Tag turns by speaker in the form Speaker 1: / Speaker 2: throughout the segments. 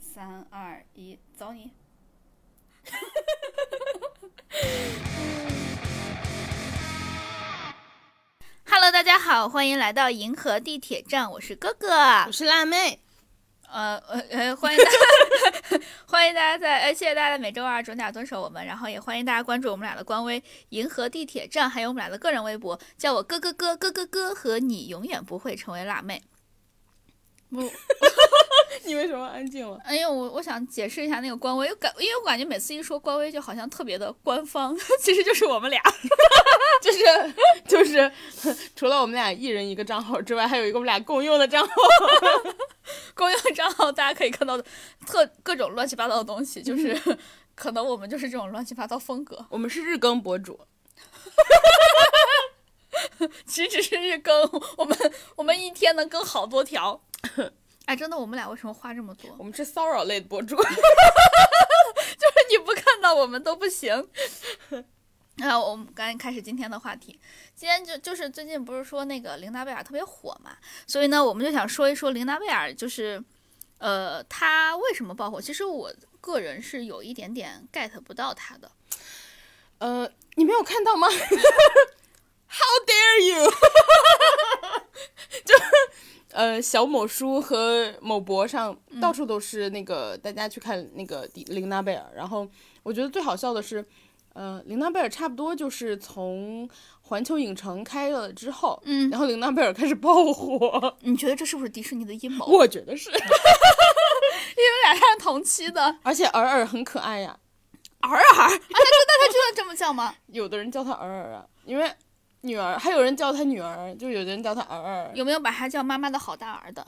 Speaker 1: 三二一，走你！Hello，大家好，欢迎来到银河地铁站，我是哥哥。
Speaker 2: 我是辣妹，
Speaker 1: 呃呃呃，欢迎大家，欢迎大家 在，呃，谢谢大家在每周二准点遵守我们，然后也欢迎大家关注我们俩的官微“银河地铁站”，还有我们俩的个人微博，叫我哥哥哥哥哥哥和你永远不会成为辣妹。
Speaker 2: 不，你为什么安静了？
Speaker 1: 哎呦，我我想解释一下那个官微，感因为我感觉每次一说官微就好像特别的官方， 其实就是我们俩。
Speaker 2: 就是就是， 除了我们俩一人一个账号之外，还有一个我们俩共用的账号。
Speaker 1: 公用账号大家可以看到特各种乱七八糟的东西，就是、可能我们就是这种乱七八糟风格，
Speaker 2: 我们是日更博主，
Speaker 1: 岂止是日更，我们我们一天能更好多条。哎，真的，我们俩为什么话这么多？
Speaker 2: 我们是骚扰类的博主。
Speaker 1: 就是 你不看到我们都不行。啊，我们赶紧开始今天的话题。今天就就是最近不是说那个琳达贝尔特别火嘛，所以呢，我们就想说一说琳达贝尔，就是呃，她为什么爆火？其实我个人是有一点点 get 不到她的。
Speaker 2: 呃，你没有看到吗？How dare you！就是呃，小某书和某博上到处都是那个、大家去看那个迪琳娜贝尔，然后我觉得最好笑的是。呃，琳娜贝尔差不多就是从环球影城开了之后，
Speaker 1: 嗯
Speaker 2: 然后琳娜贝尔开始爆火，
Speaker 1: 你觉得这是不是迪士尼的阴谋？
Speaker 2: 我觉得是，
Speaker 1: 俩是同期的，
Speaker 2: 而且尔尔很可爱呀，
Speaker 1: 儿儿，啊，他真的他真的这么叫吗？
Speaker 2: 有的人叫她尔尔啊，因为女儿，还有人叫她女儿，就有的人叫她尔尔，
Speaker 1: 有没有把他叫妈妈的好大儿的？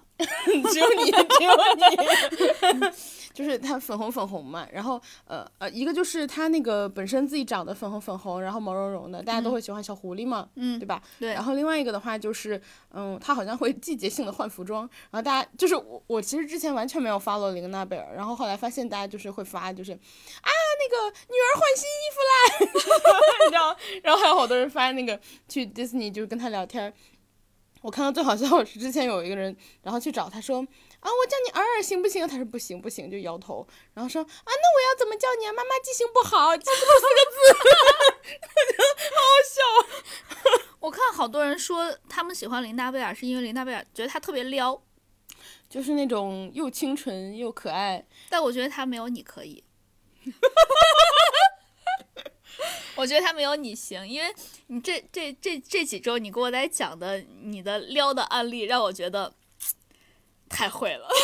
Speaker 2: 只有你，只有你， 就是它粉红粉红嘛。然后呃呃，一个就是它那个本身自己长得粉红粉红，然后毛茸茸的，大家都会喜欢小狐狸嘛，
Speaker 1: 嗯
Speaker 2: 对吧？
Speaker 1: 对
Speaker 2: 然，后另外一个的话就是，嗯，它好像会季节性的换服装，然后大家就是我我其实之前完全没有 follow 琳娜贝尔，然后后来发现大家就是会发就是啊那个女儿换新衣服啦，你 知道，然后还有好多人发那个去 Disney 就是跟她聊天儿。我看到最好笑的是之前有一个人，然后去找她说啊，我叫你尔尔行不行？她说不行不行，就摇头。然后说啊，那我要怎么叫你啊？妈妈记性不好，记不
Speaker 1: 我看好多人说他们喜欢琳达贝尔是因为琳达贝尔觉得她特别撩，
Speaker 2: 就是那种又清纯又可爱，
Speaker 1: 但我觉得他没有你可以。 我觉得他没有你行，因为你这这这这几周你给我在讲的你的撩的案例，让我觉得太会了。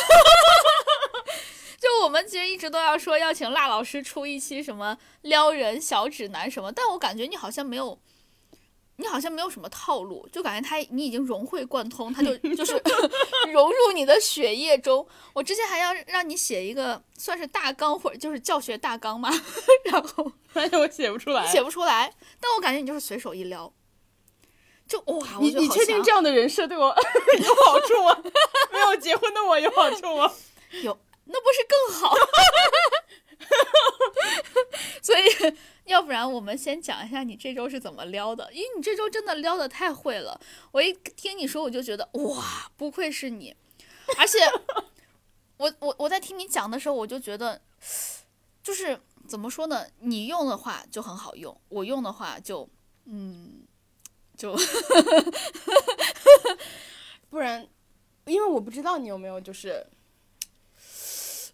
Speaker 1: 就我们其实一直都要说要请辣老师出一期什么撩人小指南什么，但我感觉你好像没有，你好像没有什么套路，就感觉他你已经融会贯通，他就就是 融入你的血液中。我之前还要让你写一个算是大纲或者就是教学大纲嘛， 然后
Speaker 2: 而且我写不出来。
Speaker 1: 写不出来，但我感觉你就是随手一撩，就哇，我
Speaker 2: 你
Speaker 1: 觉得
Speaker 2: 你
Speaker 1: 好
Speaker 2: 确定
Speaker 1: 香
Speaker 2: 这样的人设对我 有好处吗？ 没有结婚的我有好处吗？
Speaker 1: 有，那不是更好？ 所以，要不然我们先讲一下你这周是怎么撩的，因为你这周真的撩的太会了。我一听你说，我就觉得哇，不愧是你，而且我我我在听你讲的时候，我就觉得，就是怎么说呢？你用的话就很好用，我用的话就嗯，就
Speaker 2: 不然，因为我不知道你有没有就是，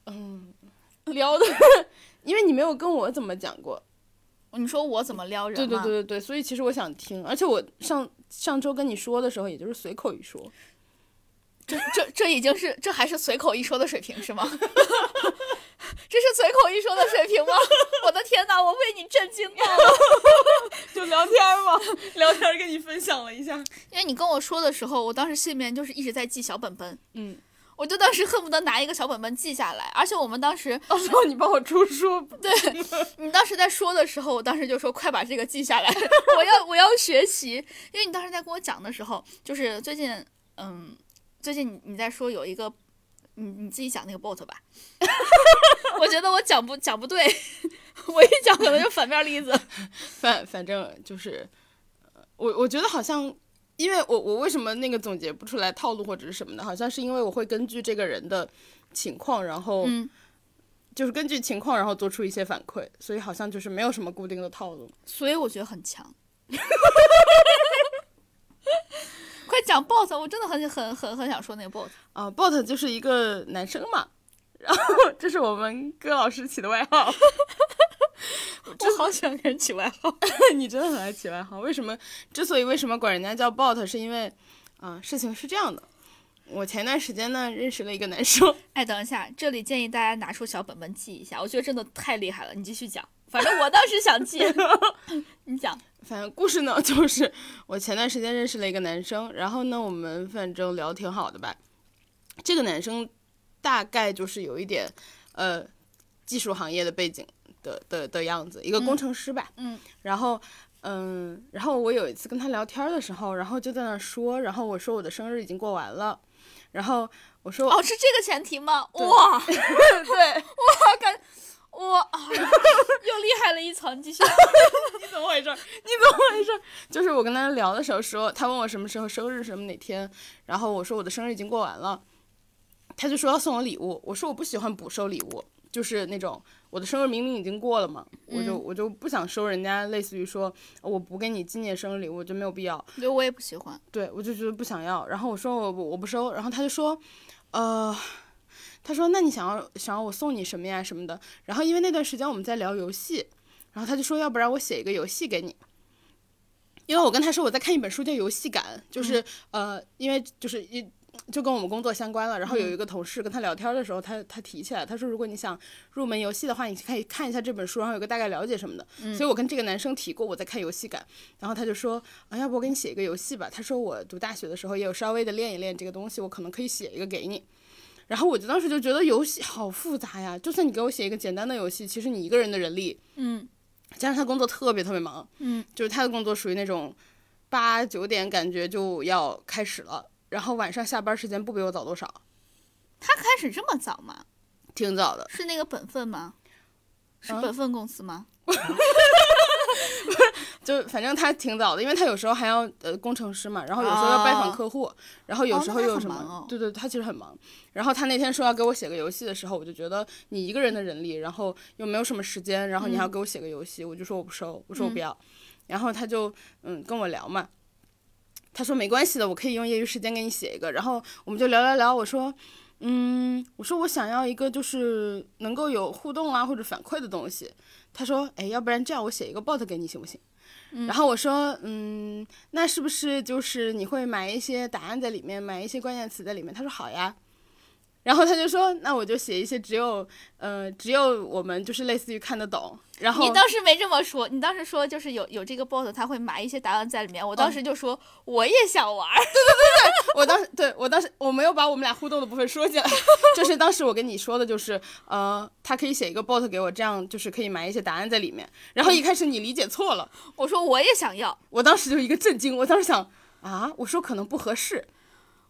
Speaker 2: 嗯，撩的， 因为你没有跟我怎么讲过。
Speaker 1: 你说我怎么撩人
Speaker 2: 对对
Speaker 1: 嘛
Speaker 2: 对对对，所以其实我想听，而且我上上周跟你说的时候，也就是随口一说。
Speaker 1: 这这这已经是这还是随口一说的水平是吗？ 这是随口一说的水平吗？我的天哪，我为你震惊到了！
Speaker 2: 就聊天嘛， 聊天跟你分享了一下。
Speaker 1: 因为你跟我说的时候，我当时心里面就是一直在记小本本，
Speaker 2: 嗯，
Speaker 1: 我就当时恨不得拿一个小本本记下来。而且我们当时，
Speaker 2: 到时候哦你帮我出书。
Speaker 1: 你当时在说的时候，我当时就说快把这个记下来， 我要我要学习。因为你当时在跟我讲的时候，就是最近，嗯，最近你你在说有一个，你你自己讲那个 bot 吧， 我觉得我讲不讲不对， 我一讲可能就反面例子。
Speaker 2: 反反正就是，呃我我觉得好像，因为我我为什么那个总结不出来套路或者是什么的，好像是因为我会根据这个人的情况，然后
Speaker 1: 嗯
Speaker 2: 就是根据情况，然后做出一些反馈，所以好像就是没有什么固定的套路。
Speaker 1: 所以我觉得很强。 快讲 bot，我真的很很很很想说那个 bot。
Speaker 2: 啊、b o t 就是一个男生嘛，然后这是我们戈老师起的外号，
Speaker 1: 我好喜欢给人起外号。
Speaker 2: 你真的很爱起外号。为什么？之所以为什么管人家叫 bot，是因为，啊、事情是这样的，我前段时间呢认识了一个男生，
Speaker 1: 哎，等一下，这里建议大家拿出小本本记一下，我觉得真的太厉害了。你继续讲，反正我当时想 记，你讲。
Speaker 2: 反正故事呢， 就是我前段时间认识了一个男生，然后呢，我们反正聊挺好的吧。这个男生大概就是有一点，呃，技术行业的背景的的的样子，一个工程师吧。
Speaker 1: 嗯
Speaker 2: 然后，嗯，然后我有一次跟他聊天的时候，然后就在那儿说，然后我说我的生日已经过完了，然后我说
Speaker 1: 哦，是这个前提吗？
Speaker 2: 对
Speaker 1: 哇，
Speaker 2: 对，
Speaker 1: 我感哇、 啊又厉害了一层，继续。
Speaker 2: 你怎么回事？你怎么回事？就是我跟他聊的时候说，他问我什么时候生日，什么哪天，然后我说我的生日已经过完了，他就说要送我礼物，我说我不喜欢补收礼物，就是那种我的生日明明已经过了嘛，我就我就不想收人家类似于说我补给你今年生日礼物就没有必要，
Speaker 1: 对，我也不喜欢。
Speaker 2: 对我就觉得不想要，然后我说我我我不收，然后他就说，呃，他说那你想要想要我送你什么呀什么的，然后因为那段时间我们在聊游戏，然后他就说要不然我写一个游戏给你，因为我跟他说我在看一本书叫《游戏感》，就是、呃，因为就是一。就跟我们工作相关了，然后有一个同事跟他聊天的时候，他他提起来，他说如果你想入门游戏的话，你可以看一下这本书，然后有个大概了解什么的。所以我跟这个男生提过我在看《游戏感》，然后他就说啊，要不我给你写一个游戏吧？他说我读大学的时候也有稍微的练一练这个东西，我可能可以写一个给你。然后我就当时就觉得游戏好复杂呀，就算你给我写一个简单的游戏，其实你一个人的人力，
Speaker 1: 嗯
Speaker 2: 加上他工作特别特别忙，
Speaker 1: 嗯，
Speaker 2: 就是他的工作属于那种八九点感觉就要开始了，然后晚上下班时间不比我早多少，
Speaker 1: 他开始这么早吗？
Speaker 2: 挺早的。
Speaker 1: 是那个本分吗？是
Speaker 2: 啊
Speaker 1: 本分公司吗？
Speaker 2: 就反正他挺早的，因为他有时候还要呃工程师嘛，然后有时候要拜访客户，然后有时候又有什么，
Speaker 1: 哦哦那他很忙哦
Speaker 2: 对对，他其实很忙。然后他那天说要给我写个游戏的时候，我就觉得你一个人的人力，然后又没有什么时间，然后你
Speaker 1: 嗯
Speaker 2: 还要给我写个游戏，我就说我不收，我说我不要。然后他就嗯跟我聊嘛，他说没关系的，我可以用业余时间给你写一个。然后我们就聊聊聊，我说。嗯，我说我想要一个就是能够有互动啊或者反馈的东西。他说，哎，要不然这样，我写一个 bot 给你行不行？然后我说，嗯，那是不是就是你会买一些答案在里面，买一些关键词在里面？他说好呀。然后他就说，那我就写一些只有，呃，只有我们就是类似于看得懂。然后
Speaker 1: 你当时没这么说，你当时说就是有有这个 bot，他会埋一些答案在里面。我当时就说我也想玩儿，
Speaker 2: 我当时对我当时我没有把我们俩互动的部分说进来，就是当时我跟你说的，就是呃，他可以写一个 bot 给我，这样就是可以埋一些答案在里面。然后一开始你理解错了，
Speaker 1: 我说我也想要。
Speaker 2: 我当时就一个震惊，我当时想啊，我说可能不合适，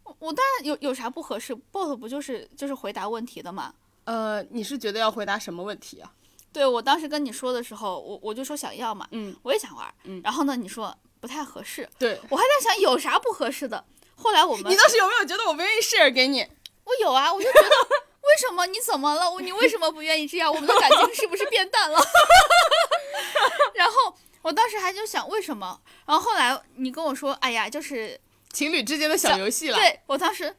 Speaker 1: 我我当然有有啥不合适，bot 不就是就是回答问题的嘛？
Speaker 2: 呃，你是觉得要回答什么问题啊？
Speaker 1: 对我当时跟你说的时候，我我就说想要嘛，
Speaker 2: 嗯，
Speaker 1: 我也想玩儿，然后呢你说不太合适，
Speaker 2: 对
Speaker 1: 我还在想有啥不合适的。后来我们
Speaker 2: 你当时有没有觉得我不愿意 share 给你？
Speaker 1: 我有啊，我就觉得为什么你怎么了？我你为什么不愿意这样？我们的感情是不是变淡了？ 然后我当时还就想为什么，然后后来你跟我说，哎呀，就是
Speaker 2: 情侣之间的小游戏了。
Speaker 1: 对我当时。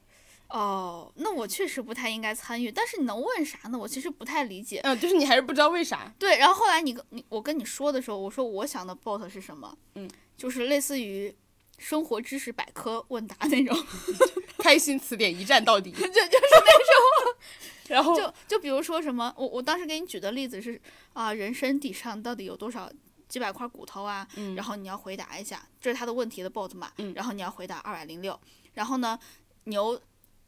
Speaker 1: 哦，那我确实不太应该参与，但是你能问啥呢？我其实不太理解。
Speaker 2: 嗯，就是你还是不知道为啥。
Speaker 1: 对，然后后来你跟你我跟你说的时候，我说我想的 bot 是什么？
Speaker 2: 嗯，
Speaker 1: 就是类似于生活知识百科问答那种，
Speaker 2: 开心词典一站到底，
Speaker 1: 就就是那
Speaker 2: 然后
Speaker 1: 就就比如说什么，我我当时给你举的例子是啊、人身体上到底有多少几百块骨头啊？
Speaker 2: 嗯
Speaker 1: 然后你要回答一下，这是他的问题的 bot 嘛？
Speaker 2: 嗯
Speaker 1: 然后你要回答二百零六。然后呢，牛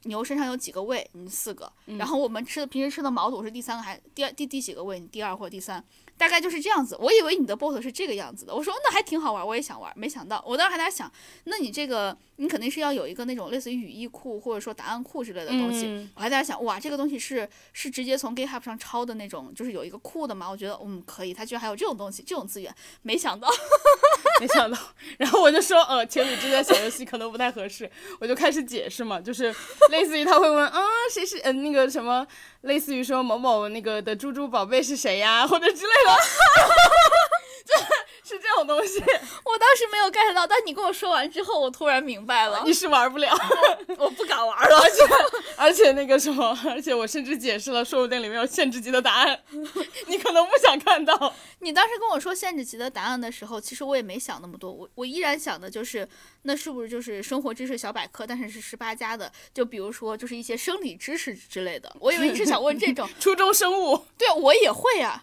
Speaker 1: 牛身上有几个胃？你四个。
Speaker 2: 嗯
Speaker 1: 然后我们吃的平时吃的毛肚是第三个还第二第第几个胃？你第二或者第三？大概就是这样子。我以为你的 bot 是这个样子的，我说那还挺好玩，我也想玩。没想到我当时还在想，那你这个你肯定是要有一个那种类似于语义库或者说答案库之类的东西。
Speaker 2: 嗯
Speaker 1: 我还在那想，哇，这个东西是是直接从 GitHub 上抄的那种，就是有一个库的嘛？我觉得，嗯，可以，它居然还有这种东西，这种资源，没想到，
Speaker 2: 没想到，然后我就说，呃，情侣之间小游戏可能不太合适，我就开始解释嘛，就是类似于他会问啊，谁是嗯、呃那个什么，类似于说某某那个的猪猪宝贝是谁呀，或者之类的， 就是是这种东西，
Speaker 1: 我当时没有 get 到，但你跟我说完之后，我突然明白了
Speaker 2: 你，是玩不了。
Speaker 1: 我不敢玩了。
Speaker 2: 而且那个什么，而且我甚至解释了，说不定里面有限制级的答案， 你可能不想看到。，
Speaker 1: 你当时跟我说限制级的答案的时候，其实我也没想那么多，我我依然想的就是，那是不是就是生活知识小百科，但是是十八加的，就比如说就是一些生理知识之类的，我以为你是想问这种
Speaker 2: 初中生物，
Speaker 1: 对啊我也会啊，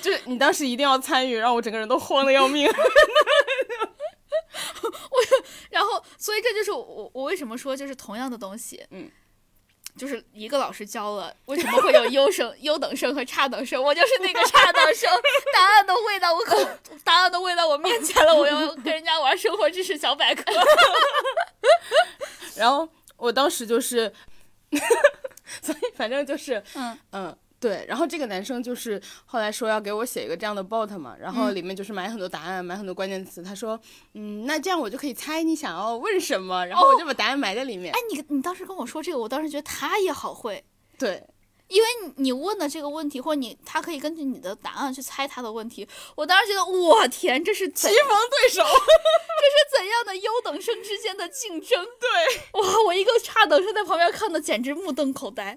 Speaker 2: 就是你当时一定要参与，让我整个人都慌得要命。
Speaker 1: 然后，所以这就是我我为什么说就是同样的东西，
Speaker 2: 嗯，
Speaker 1: 就是一个老师教了，为什么会有优生、优等生和差等生？我就是那个差等生，答案都喂到我口，答案都喂到我面前了，我要跟人家玩生活知识小百科。
Speaker 2: 然后我当时就是， 所以反正就是，
Speaker 1: 嗯
Speaker 2: 嗯。对，然后这个男生就是后来说要给我写一个这样的 bot 嘛，然后里面就是买很多答案，买很多关键词。他说，嗯，那这样我就可以猜你想要问什么，然后我就把答案埋在里面。
Speaker 1: 哎，你你当时跟我说这个，我当时觉得他也好会，
Speaker 2: 对，
Speaker 1: 因为你你问的这个问题，或者你他可以根据你的答案去猜他的问题，我当时觉得我天，这是怎
Speaker 2: 棋逢对手。
Speaker 1: 这是怎样的优等生之间的竞争？对，哇，我一个差等生在旁边看的，简直目瞪口呆。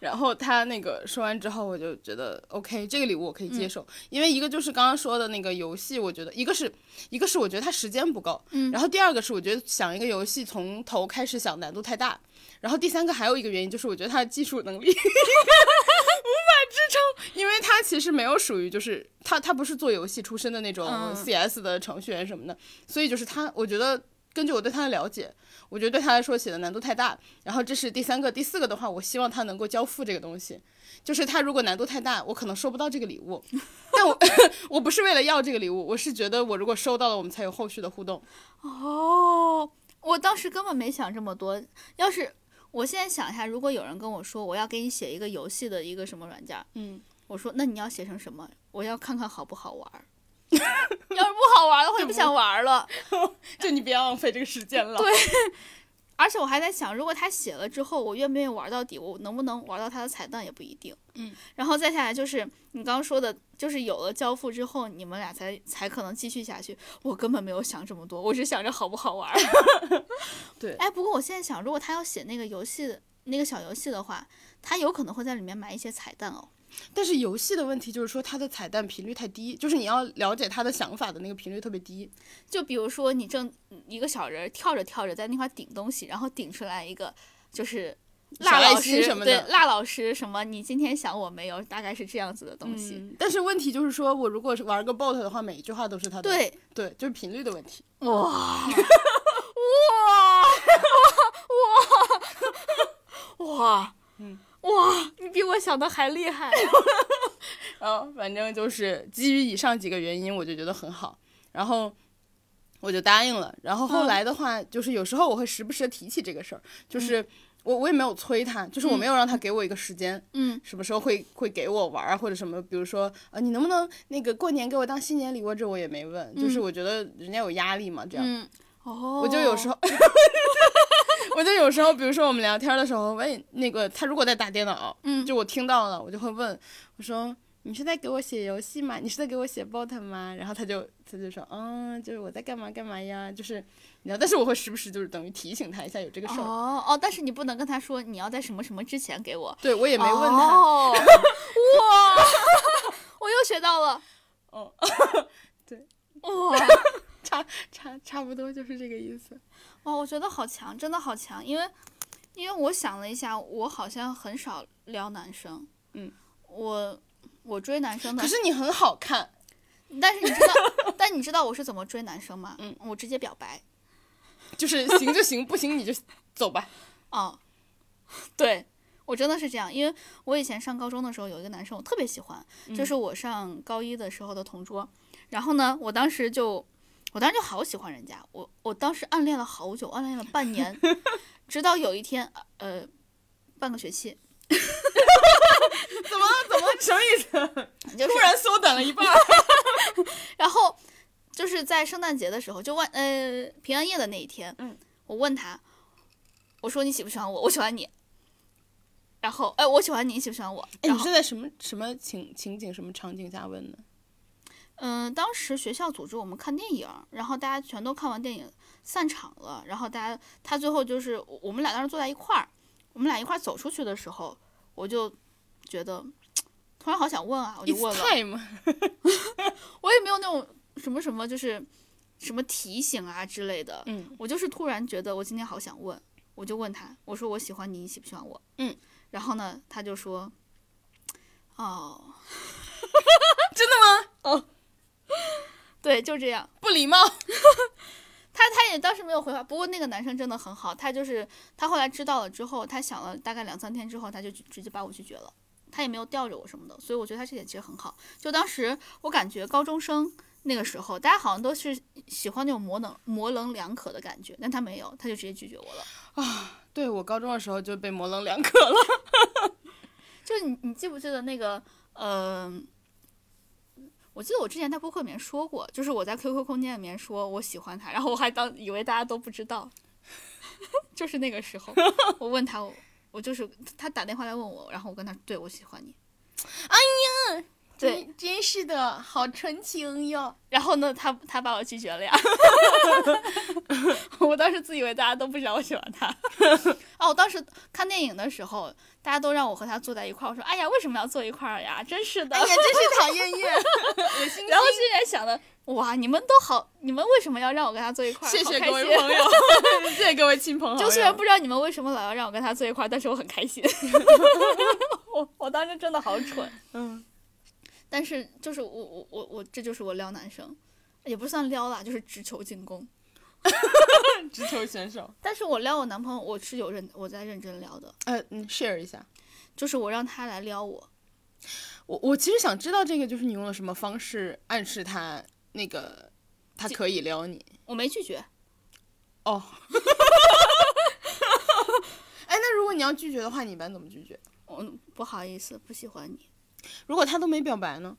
Speaker 2: 然后他那个说完之后，我就觉得 OK，这个礼物我可以接
Speaker 1: 嗯
Speaker 2: 受，因为一个就是刚刚说的那个游戏，我觉得一个是一个是我觉得他时间不够，
Speaker 1: 嗯
Speaker 2: 然后第二个是我觉得想一个游戏从头开始想难度太大，然后第三个还有一个原因就是我觉得他的技术能力 无法支撑，因为他其实没有属于就是他他不是做游戏出身的那种
Speaker 1: 嗯
Speaker 2: CS 的程序员什么的，所以就是他我觉得。根据我对他的了解，我觉得对他来说写的难度太大。然后这是第三个，第四个的话，我希望他能够交付这个东西。就是他如果难度太大，我可能收不到这个礼物。 但我我不是为了要这个礼物，我是觉得我如果收到了，我们才有后续的互动。
Speaker 1: 哦，我当时根本没想这么多。要是我现在想一下，如果有人跟我说我要给你写一个游戏的一个什么软件儿，
Speaker 2: 嗯，
Speaker 1: 我说那你要写成什么？我要看看好不好玩儿。要是不好玩儿的话，就不想玩儿了。
Speaker 2: 就你别浪费这个时间了。
Speaker 1: 对而且我还在想，如果他写了之后，我愿不愿意玩到底，我能不能玩到他的彩蛋也不一定。
Speaker 2: 嗯，
Speaker 1: 然后再下来就是你刚刚说的，就是有了交付之后，你们俩才才可能继续下去。我根本没有想这么多，我只想着好不好 玩。
Speaker 2: 对
Speaker 1: 哎，不过我现在想，如果他要写那个游戏的那个小游戏的话，他有可能会在里面埋一些彩蛋哦。
Speaker 2: 但是游戏的问题就是说它的彩蛋频率太低，就是你要了解他的想法的那个频率特别低。
Speaker 1: 就比如说你正一个小人儿跳着跳着在那块顶东西，然后顶出来一个就是
Speaker 2: 小
Speaker 1: 辣
Speaker 2: 爱
Speaker 1: 老
Speaker 2: 心
Speaker 1: 师
Speaker 2: 什么的
Speaker 1: 对辣老师什么，你今天想我没有，大概是这样子的东西。
Speaker 2: 嗯，但是问题就是说我如果是玩个 bot 的话，每一句话都是他的。
Speaker 1: 对，
Speaker 2: 对，就是频率的问题。
Speaker 1: 哇哇哇哇哇，
Speaker 2: 嗯
Speaker 1: 哇，你比我想的还厉害。
Speaker 2: 然后反正就是基于以上几个原因，我就觉得很好，然后我就答应了。然后后来的话，就是有时候我会时不时的提起这个事儿，就是我我也没有催他，就是我没有让他给我一个时间，
Speaker 1: 嗯，
Speaker 2: 什么时候会会给我玩啊，或者什么，比如说呃，你能不能那个过年给我当新年礼物，这我也没问，就是我觉得人家有压力嘛，这样。
Speaker 1: 嗯，哦，
Speaker 2: 我就有时候， 我就有时候，比如说我们聊天的时候，问那个他如果在打电脑，
Speaker 1: 嗯
Speaker 2: 就我听到了，我就会问，我说你是在给我写游戏吗？你是在给我写 bot 吗？然后他就他就说，嗯，就是我在干嘛干嘛呀，就是你知道，但是我会时不时就是等于提醒他一下有这个事儿，
Speaker 1: 哦哦，但是你不能跟他说你要在什么什么之前给我，
Speaker 2: 对我也没问 他，
Speaker 1: 哦、哇， 我又学到了。
Speaker 2: 哦，对，
Speaker 1: 哇
Speaker 2: 差差不多就是这个意思。
Speaker 1: 哇，哦我觉得好强，真的好强，因为因为我想了一下，我好像很少撩男生。
Speaker 2: 嗯，
Speaker 1: 我我追男生的
Speaker 2: 可，是你很好看，
Speaker 1: 但是你知道， 但你知道我是怎么追男生吗？
Speaker 2: 嗯，
Speaker 1: 我直接表白。
Speaker 2: 就是行就行，不行你就走吧。
Speaker 1: 哦， 对我真的是这样，因为我以前上高中的时候有一个男生我特别喜欢，就是
Speaker 2: 嗯
Speaker 1: 我上高一的时候的同桌。然后呢，我当时就，我当时就好喜欢人家，我我当时暗恋了好久，暗恋了半年， 直到有一天，呃，半个学期，
Speaker 2: 怎么了？怎么了？什么意思？
Speaker 1: 就是
Speaker 2: 突然缩短了一半。
Speaker 1: 然后就是在圣诞节的时候，就万呃平安夜的那一天，
Speaker 2: 嗯，
Speaker 1: 我问他，我说你喜不喜欢我？我喜欢你。然后，哎，我喜欢你，你喜不喜欢我？
Speaker 2: 哎，
Speaker 1: 然
Speaker 2: 你
Speaker 1: 后，
Speaker 2: 是在什么什么情情景、什么场景下问的？
Speaker 1: 嗯、当时学校组织我们看电影，然后大家全都看完电影散场了，然后大家他最后就是我我们俩当时坐在一块儿，我们俩一块儿走出去的时候，我就觉得突然好想问啊，我就
Speaker 2: It's
Speaker 1: 问了。
Speaker 2: time，
Speaker 1: 我也没有那种什么什么，就是什么提醒啊之类的。
Speaker 2: 嗯，
Speaker 1: 我就是突然觉得我今天好想问，我就问他，我说我喜欢你，你喜不喜欢我？
Speaker 2: 嗯，
Speaker 1: 然后呢，他就说，哦， 真的吗？
Speaker 2: 哦，
Speaker 1: 对，就这样。
Speaker 2: 不礼貌。
Speaker 1: 他他也当时没有回话，不过那个男生真的很好，他就是他后来知道了之后，他想了大概两三天之后，他就直直接把我拒绝了，他也没有吊着我什么的，所以我觉得他这点其实很好。就当时我感觉高中生那个时候，大家好像都是喜欢那种模棱模棱两可的感觉，但他没有，他就直接拒绝我了。
Speaker 2: 对我高中的时候就被模棱两可了。
Speaker 1: 就是你你记不记得那个呃，我记得我之前在播客里面说过，就是我在 QQ 空间里面说我喜欢他，然后我还当以为大家都不知道， 就是那个时候我问他，我我就是他打电话来问我，然后我跟他对我喜欢你，对
Speaker 2: 真，真是的，好纯情哟。
Speaker 1: 然后呢他他把我拒绝了呀， 我当时自以为大家都不知道我喜欢他， 哦，我当时看电影的时候，大家都让我和他坐在一块儿，我说哎呀为什么要坐一块儿呀，真是的，
Speaker 2: 哎呀，真是讨厌 月。
Speaker 1: 然后心里面想的，哇，你们都好，你们为什么要让我跟他坐一块儿？
Speaker 2: 谢
Speaker 1: 好
Speaker 2: 谢
Speaker 1: 开
Speaker 2: 各位
Speaker 1: 心
Speaker 2: 朋 友，谢谢各位亲朋好友。
Speaker 1: 就虽然不知道你们为什么老要让我跟他坐一块儿，但是我很开 心。我我当时真的好蠢，
Speaker 2: 嗯，
Speaker 1: 但是就是我我我我这就是我撩男生，也不算撩啦，就是直球进攻。
Speaker 2: 直球选手。
Speaker 1: 但是我撩我男朋友，我是有认我在认真撩的，
Speaker 2: 呃，你 share 一下。
Speaker 1: 就是我让他来撩我，
Speaker 2: 我我其实想知道这个，就是你用了什么方式暗示他那个他可以撩你
Speaker 1: 我没拒绝，
Speaker 2: 哦。哎，那如果你要拒绝的话，你一般怎么拒绝？
Speaker 1: 我不好意思，不喜欢你。
Speaker 2: 如果他都没表白呢？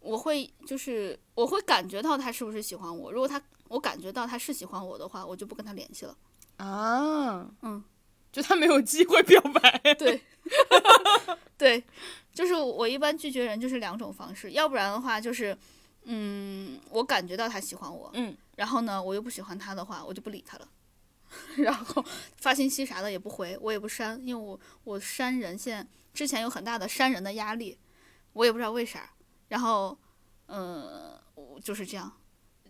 Speaker 1: 我会就是我会感觉到他是不是喜欢我，如果他我感觉到他是喜欢我的话，我就不跟他联系了。
Speaker 2: 啊，
Speaker 1: 嗯，
Speaker 2: 就他没有机会表白。
Speaker 1: 对， 对，就是我一般拒绝人就是两种方式，要不然的话就是，嗯，我感觉到他喜欢我，
Speaker 2: 嗯，
Speaker 1: 然后呢，我又不喜欢他的话，我就不理他了， 然后发信息啥的也不回，我也不删，因为我我删人现在之前有很大的删人的压力，我也不知道为啥，然后，嗯、我就是这样。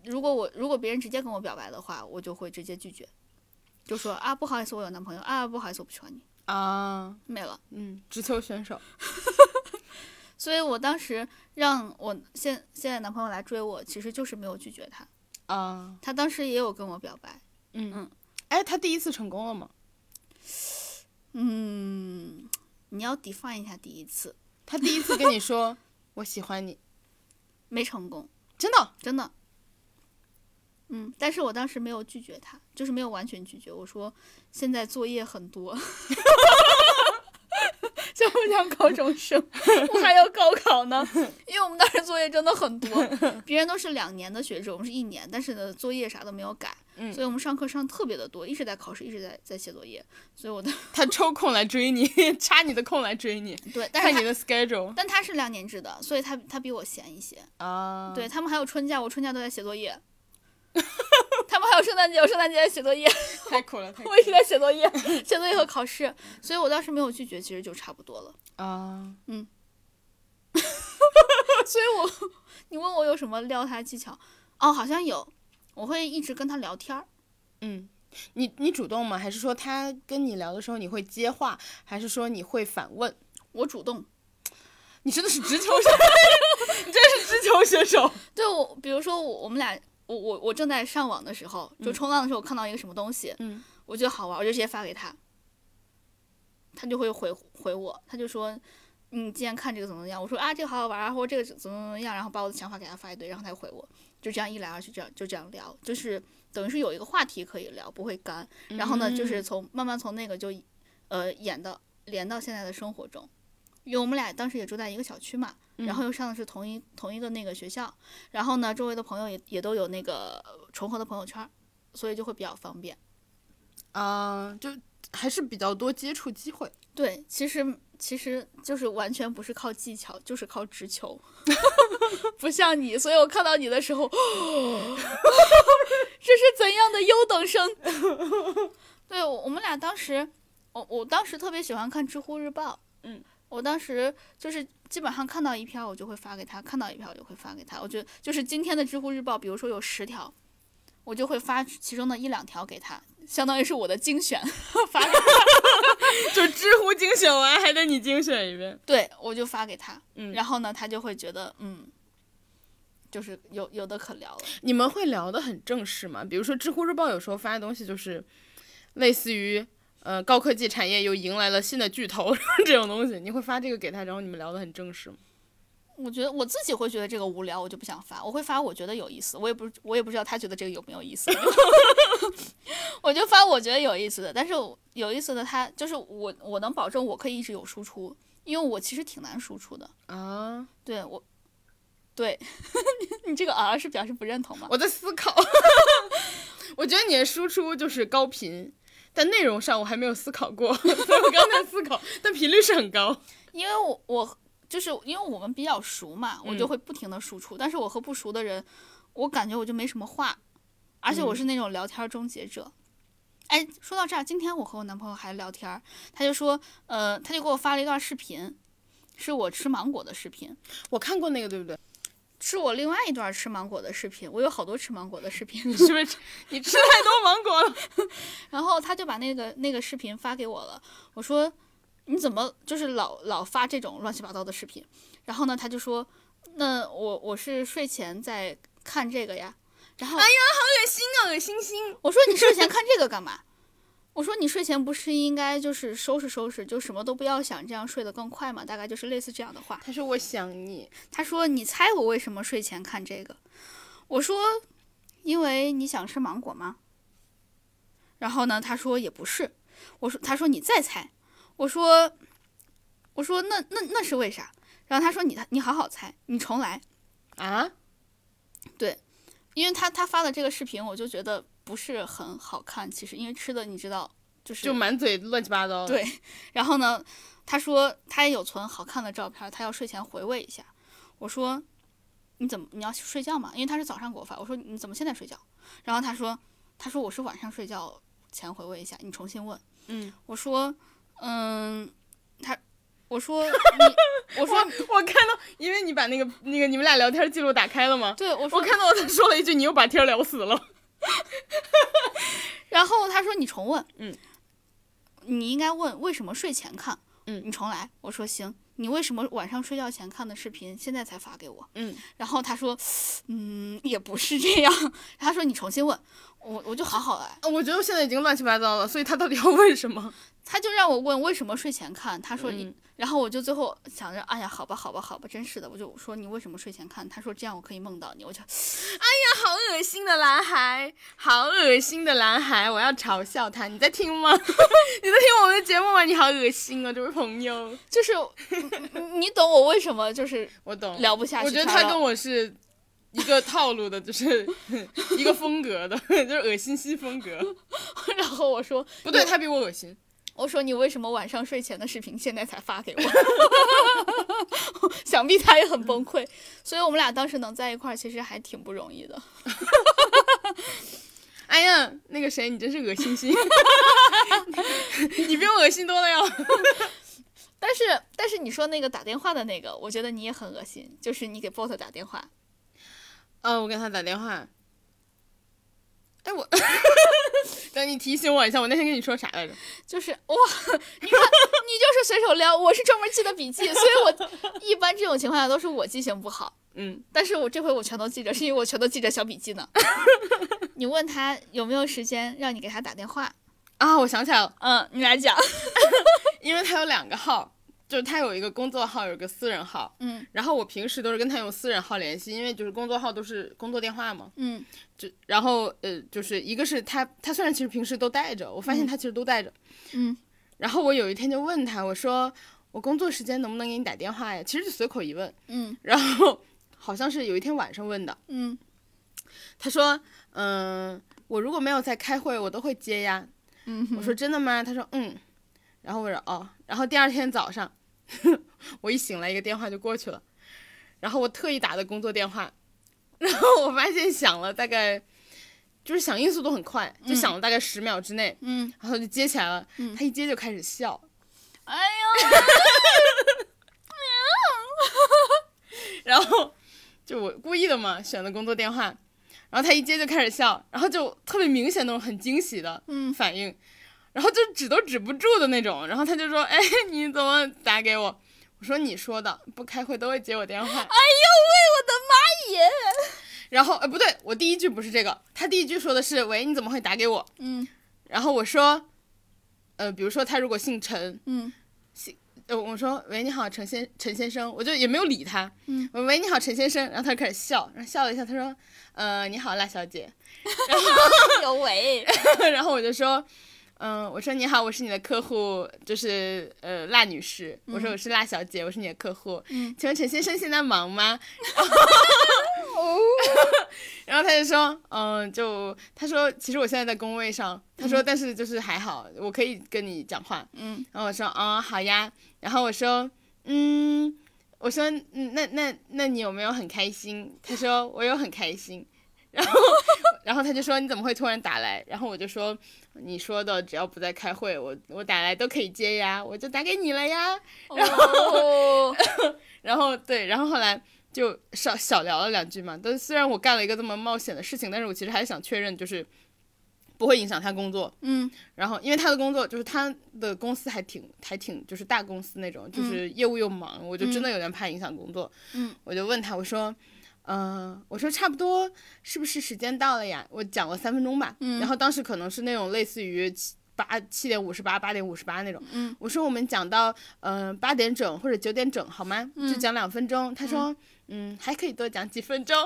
Speaker 1: 如果我如果别人直接跟我表白的话，我就会直接拒绝，就说啊不好意思，我有男朋友啊不好意思，我不喜欢你，
Speaker 2: 啊，
Speaker 1: 没了。
Speaker 2: 嗯，直球选手。
Speaker 1: 所以我当时让我现现在男朋友来追我，其实就是没有拒绝他。
Speaker 2: 啊，
Speaker 1: 他当时也有跟我表白，
Speaker 2: 嗯
Speaker 1: 嗯。
Speaker 2: 哎，他第一次成功了吗？
Speaker 1: 嗯，你要 define 一下第一次，
Speaker 2: 他第一次跟你 说我喜欢你，
Speaker 1: 没成功，
Speaker 2: 真的？
Speaker 1: 真的。嗯，但是我当时没有拒绝他，就是没有完全拒绝。我说现在作业很多， 就不像高中生，我还要高考呢。因为我们当时作业真的很多，别人都是两年的学制，我们是一年，但是呢作业啥都没有改，
Speaker 2: 嗯
Speaker 1: 所以我们上课上特别的多，一直在考试，一直在在写作业。所以我的
Speaker 2: 他抽空来追你， 插你的空来追你，
Speaker 1: 对，但
Speaker 2: 看
Speaker 1: 是
Speaker 2: 你
Speaker 1: 他
Speaker 2: 的 schedule
Speaker 1: 但他是两年制的，所以他他比我闲一些。
Speaker 2: 啊。
Speaker 1: 对，他们还有春假，我春假都在写作业。 他们还有圣诞节，我圣诞节在写作业，
Speaker 2: 太苦了，太苦
Speaker 1: 我一直在写作业， 写作业和考试，所以我当时没有拒绝，其实就差不多了。
Speaker 2: 了啊。
Speaker 1: 所以我， 你问我有什么撩他技巧？哦，好像有，我会一直跟他聊天儿。
Speaker 2: 嗯，你你主动吗？还是说他跟你聊的时候你会接话，还是说你会反问？
Speaker 1: 我主动
Speaker 2: 你真的是直球选手， 你真是直球选手。
Speaker 1: 对我，比如说我我们俩，我我我正在上网的时候，就冲浪的时候，我看到一个什么东西，
Speaker 2: 嗯，
Speaker 1: 我觉得好玩，我就直接发给他，他就会回回我，他就说你今天看这个怎么怎么样，我说啊这个好好玩啊，或者这个怎么怎么样，然后把我的想法给他发一堆，然后他就回我，就这样一来二去这样就这样聊，就是等于是有一个话题可以聊，不会干。然后呢，就是从慢慢从那个就呃演到连到现在的生活中，因为我们俩当时也住在一个小区嘛，然后又上的是同呃一同一个那个学校，然后呢，周围的朋友也也都有那个重合的朋友圈儿，所以就会比较方便。
Speaker 2: 啊、就还是比较多接触机会。
Speaker 1: 对，其实其实就是完全不是靠技巧，就是靠直球， 不像你。所以我看到你的时候， 这是怎样的优等生？ 对我我们俩当时，我我当时特别喜欢看知乎日报，
Speaker 2: 嗯，
Speaker 1: 我当时就是基本上看到一篇我就会发给他，看到一篇我就会发给他。我觉得就是今天的知乎日报，比如说有十条，我就会发其中的一两条给他，相当于是我的精选 发给他
Speaker 2: 就知乎精选完，还得你精选一遍。
Speaker 1: 对，我就发给他，
Speaker 2: 嗯
Speaker 1: 然后呢，他就会觉得，嗯，就是有有的可聊了，
Speaker 2: 你们会聊得很正式吗？比如说知乎日报有时候发的东西就是类似于。呃，高科技产业又迎来了新的巨头 这种东西，你会发这个给他，然后你们聊得很正式吗？
Speaker 1: 我觉得我自己会觉得这个无聊，我就不想发，我会发我觉得有意思，我也不我也不知道他觉得这个有没有意思， 我就发我觉得有意思的，但是我有意思的他就是我我能保证我可以一直有输出，因为我其实挺难输出的，
Speaker 2: 啊，
Speaker 1: 对我。对 你这个啊是表示不认同吗？
Speaker 2: 我在思考， 我觉得你的输出就是高频，但内容上我还没有思考过， 所以我刚才思考，但频率是很高。
Speaker 1: 因为我我就是因为我们比较熟嘛，我就会不停的输出，但是我和不熟的人，我感觉我就没什么话，而且我是那种聊天终结者。哎，说到这儿，今天我和我男朋友还聊天儿，他就说，呃，他就给我发了一段视频，是我吃芒果的视频，
Speaker 2: 我看过那个，对不对？
Speaker 1: 是我另外一段吃芒果的视频，我有好多吃芒果的视频，
Speaker 2: 你是不是你吃太多芒果 了？
Speaker 1: 然后他就把那个那个视频发给我了，我说你怎么就是老老发这种乱七八糟的视频？然后呢，他就说那我我是睡前在看这个呀。然后
Speaker 2: 恶心心，
Speaker 1: 我说你睡前看这个干嘛？ 我说你睡前不是应该就是收拾收拾，就什么都不要想，这样睡得更快嘛？大概就是类似这样的话。
Speaker 2: 他说我想你，
Speaker 1: 他说你猜我为什么睡前看这个？我说因为你想吃芒果吗？然后呢，他说也不是。我说他说你再猜。我说我说那那那是为啥？然后他说你你好好猜，你重来。
Speaker 2: 啊，
Speaker 1: 因为他他发的这个视频，我就觉得不是很好看。其实因为吃的你知道就是
Speaker 2: 就满嘴乱七八糟。
Speaker 1: 对然后呢，他说他也有存好看的照片，他要睡前回味一下。我说你怎么你要去睡觉嘛？因为他是早上给我发，我说你怎么现在睡觉？然后他说他说我是晚上睡觉前回味一下，你重新问。
Speaker 2: 嗯，
Speaker 1: 我说嗯，他我说你我
Speaker 2: 我
Speaker 1: 说
Speaker 2: 我看到，因为你把那个那个你们俩聊天记录打开了吗？
Speaker 1: 对我说
Speaker 2: 我看到他说了一句：“你又把天聊死了。
Speaker 1: 然后他说你重问，
Speaker 2: 嗯，
Speaker 1: 你应该问为什么睡前看，
Speaker 2: 嗯
Speaker 1: 你重来。我说行，你为什么晚上睡觉前看的视频现在才发给我？
Speaker 2: 嗯，
Speaker 1: 然后他说，嗯，也不是这样。他说你重新问，我我就好好哎，”
Speaker 2: 嗯我觉得我现在已经乱七八糟了，所以他到底要问什 么？
Speaker 1: 他就让我问为什么睡前看，他说你，
Speaker 2: 嗯
Speaker 1: 然后我就最后想着，哎呀，好吧，好吧，好吧，真是的，我就说你为什么睡前看？他说这样我可以梦到你，我就
Speaker 2: 好恶心的男孩，好恶心的男孩，我要嘲笑他。你在听吗？ 你在听我们的节目吗？你好恶心啊，这位朋友。
Speaker 1: 就是你你你懂我为什么就是
Speaker 2: 我懂，
Speaker 1: 聊不下去？
Speaker 2: 我觉得他
Speaker 1: 聊
Speaker 2: 跟我是一个套路的，就是 一个风格的， 就是恶心系风格。
Speaker 1: 然后我说
Speaker 2: 不对，他比我恶心。
Speaker 1: 我说你为什么晚上睡前的视频现在才发给我？ 想必他也很崩溃，所以我们俩当时能在一块儿，其实还挺不容易的。
Speaker 2: 哎呀，那个谁，你真是恶心 心，你比我恶心多 了哟。
Speaker 1: 但是，但是你说那个打电话的那个，我觉得你也很恶心，就是你给 bot 打电话，
Speaker 2: 呃，我给他打电话。哎，我 等你提醒我一下，我那天跟你说啥来着？
Speaker 1: 就是哇，你看你就是随手撩，我是专门记的笔记，所以 我一般这种情况下都是我记性不好，
Speaker 2: 嗯，
Speaker 1: 但是我这回我全都记着，是因为我全都记着小笔记 呢。你问他有没有时间让你给他打电话，
Speaker 2: 啊，我想起来了，
Speaker 1: 嗯，你来讲，
Speaker 2: 因为他有两个号，就是他有一个工作号，有一个私人号。
Speaker 1: 嗯
Speaker 2: 然后我平时都是跟他用私人号联系，因为就是工作号都是工作电话嘛。
Speaker 1: 嗯
Speaker 2: 就然后呃，就是一个是他，他虽然其实平时都带着，我发现他其实都带着。
Speaker 1: 嗯
Speaker 2: 然后我有一天就问他，我说我工作时间能不能给你打电话呀？其实就随口一问。
Speaker 1: 嗯
Speaker 2: 然后好像是有一天晚上问的，
Speaker 1: 嗯。
Speaker 2: 他说，嗯、我如果没有在开会，我都会接呀。
Speaker 1: 嗯
Speaker 2: 我说真的吗？他说嗯，然后我说哦，然后第二天早上， 我一醒来一个电话就过去了，然后我特意打的工作电话，然后我发现响了大概，就是响应速度很快，就响了大概十秒之内，
Speaker 1: 嗯，
Speaker 2: 然后就接起来了，他一接就开始笑，
Speaker 1: 哎呦，
Speaker 2: 然后就我故意的嘛选的工作电话，然后他一接就开始笑，然后就特别明显那种很惊喜的
Speaker 1: 嗯
Speaker 2: 反应，然后就止都止不住的那种，然后他就说：“哎，你怎么打给我？”我说：“你说的，不开会都会接我电话。
Speaker 1: 哎呦喂，我的妈耶！”
Speaker 2: 然后呃不对，我第一句不是这个，他第一句说的是：“喂，你怎么会打给我
Speaker 1: 嗯？”
Speaker 2: 然后我说：“呃，比如说他如果姓陈，
Speaker 1: 嗯
Speaker 2: 呃，我说喂，你好，陈先陈先生，我就也没有理他。
Speaker 1: 嗯，
Speaker 2: 我说喂，你好，陈先生，然后他就开始笑，然后笑了一下，他说，呃，你好，赖小姐。
Speaker 1: 哎呦 喂，
Speaker 2: 然后我就说，嗯、我说你好，我是你的客户，就是呃赖女士，我说我是赖小姐，我是你的客户。
Speaker 1: 嗯，
Speaker 2: 请问陈先生现在忙吗？
Speaker 1: 哦
Speaker 2: 然后他就说，嗯、就他说，其实我现在在工位上。他说，但是就是还好，我可以跟你讲话。
Speaker 1: 嗯，
Speaker 2: 然后我说，嗯，好呀。然后我说，嗯，我说，嗯那那那你有没有很开心？他说，我有很开心。然后， 然后他就说你怎么会突然打来？然后我就说你说的只要不在开会，我我打来都可以接呀，我就打给你了呀。
Speaker 1: 哦，
Speaker 2: 然后对，然后后来就少小聊了两句嘛。但是虽然我干了一个这么冒险的事情，但是我其实还是想确认，就是不会影响他工作。
Speaker 1: 嗯
Speaker 2: 然后因为他的工作就是他的公司还挺还挺就是大公司那种，就是业务又忙，我就真的有点怕影响工作。
Speaker 1: 嗯，
Speaker 2: 我就问他，我说。呃，我说差不多，是不是时间到了呀？我讲了三分钟吧，
Speaker 1: 嗯
Speaker 2: 然后当时可能是那种类似于七八七点五十八、八点五十八那种，
Speaker 1: 嗯，
Speaker 2: 我说我们讲到嗯八、点整或者九点整好吗？
Speaker 1: 嗯
Speaker 2: 就讲两分钟。他说嗯还可以多讲几分钟，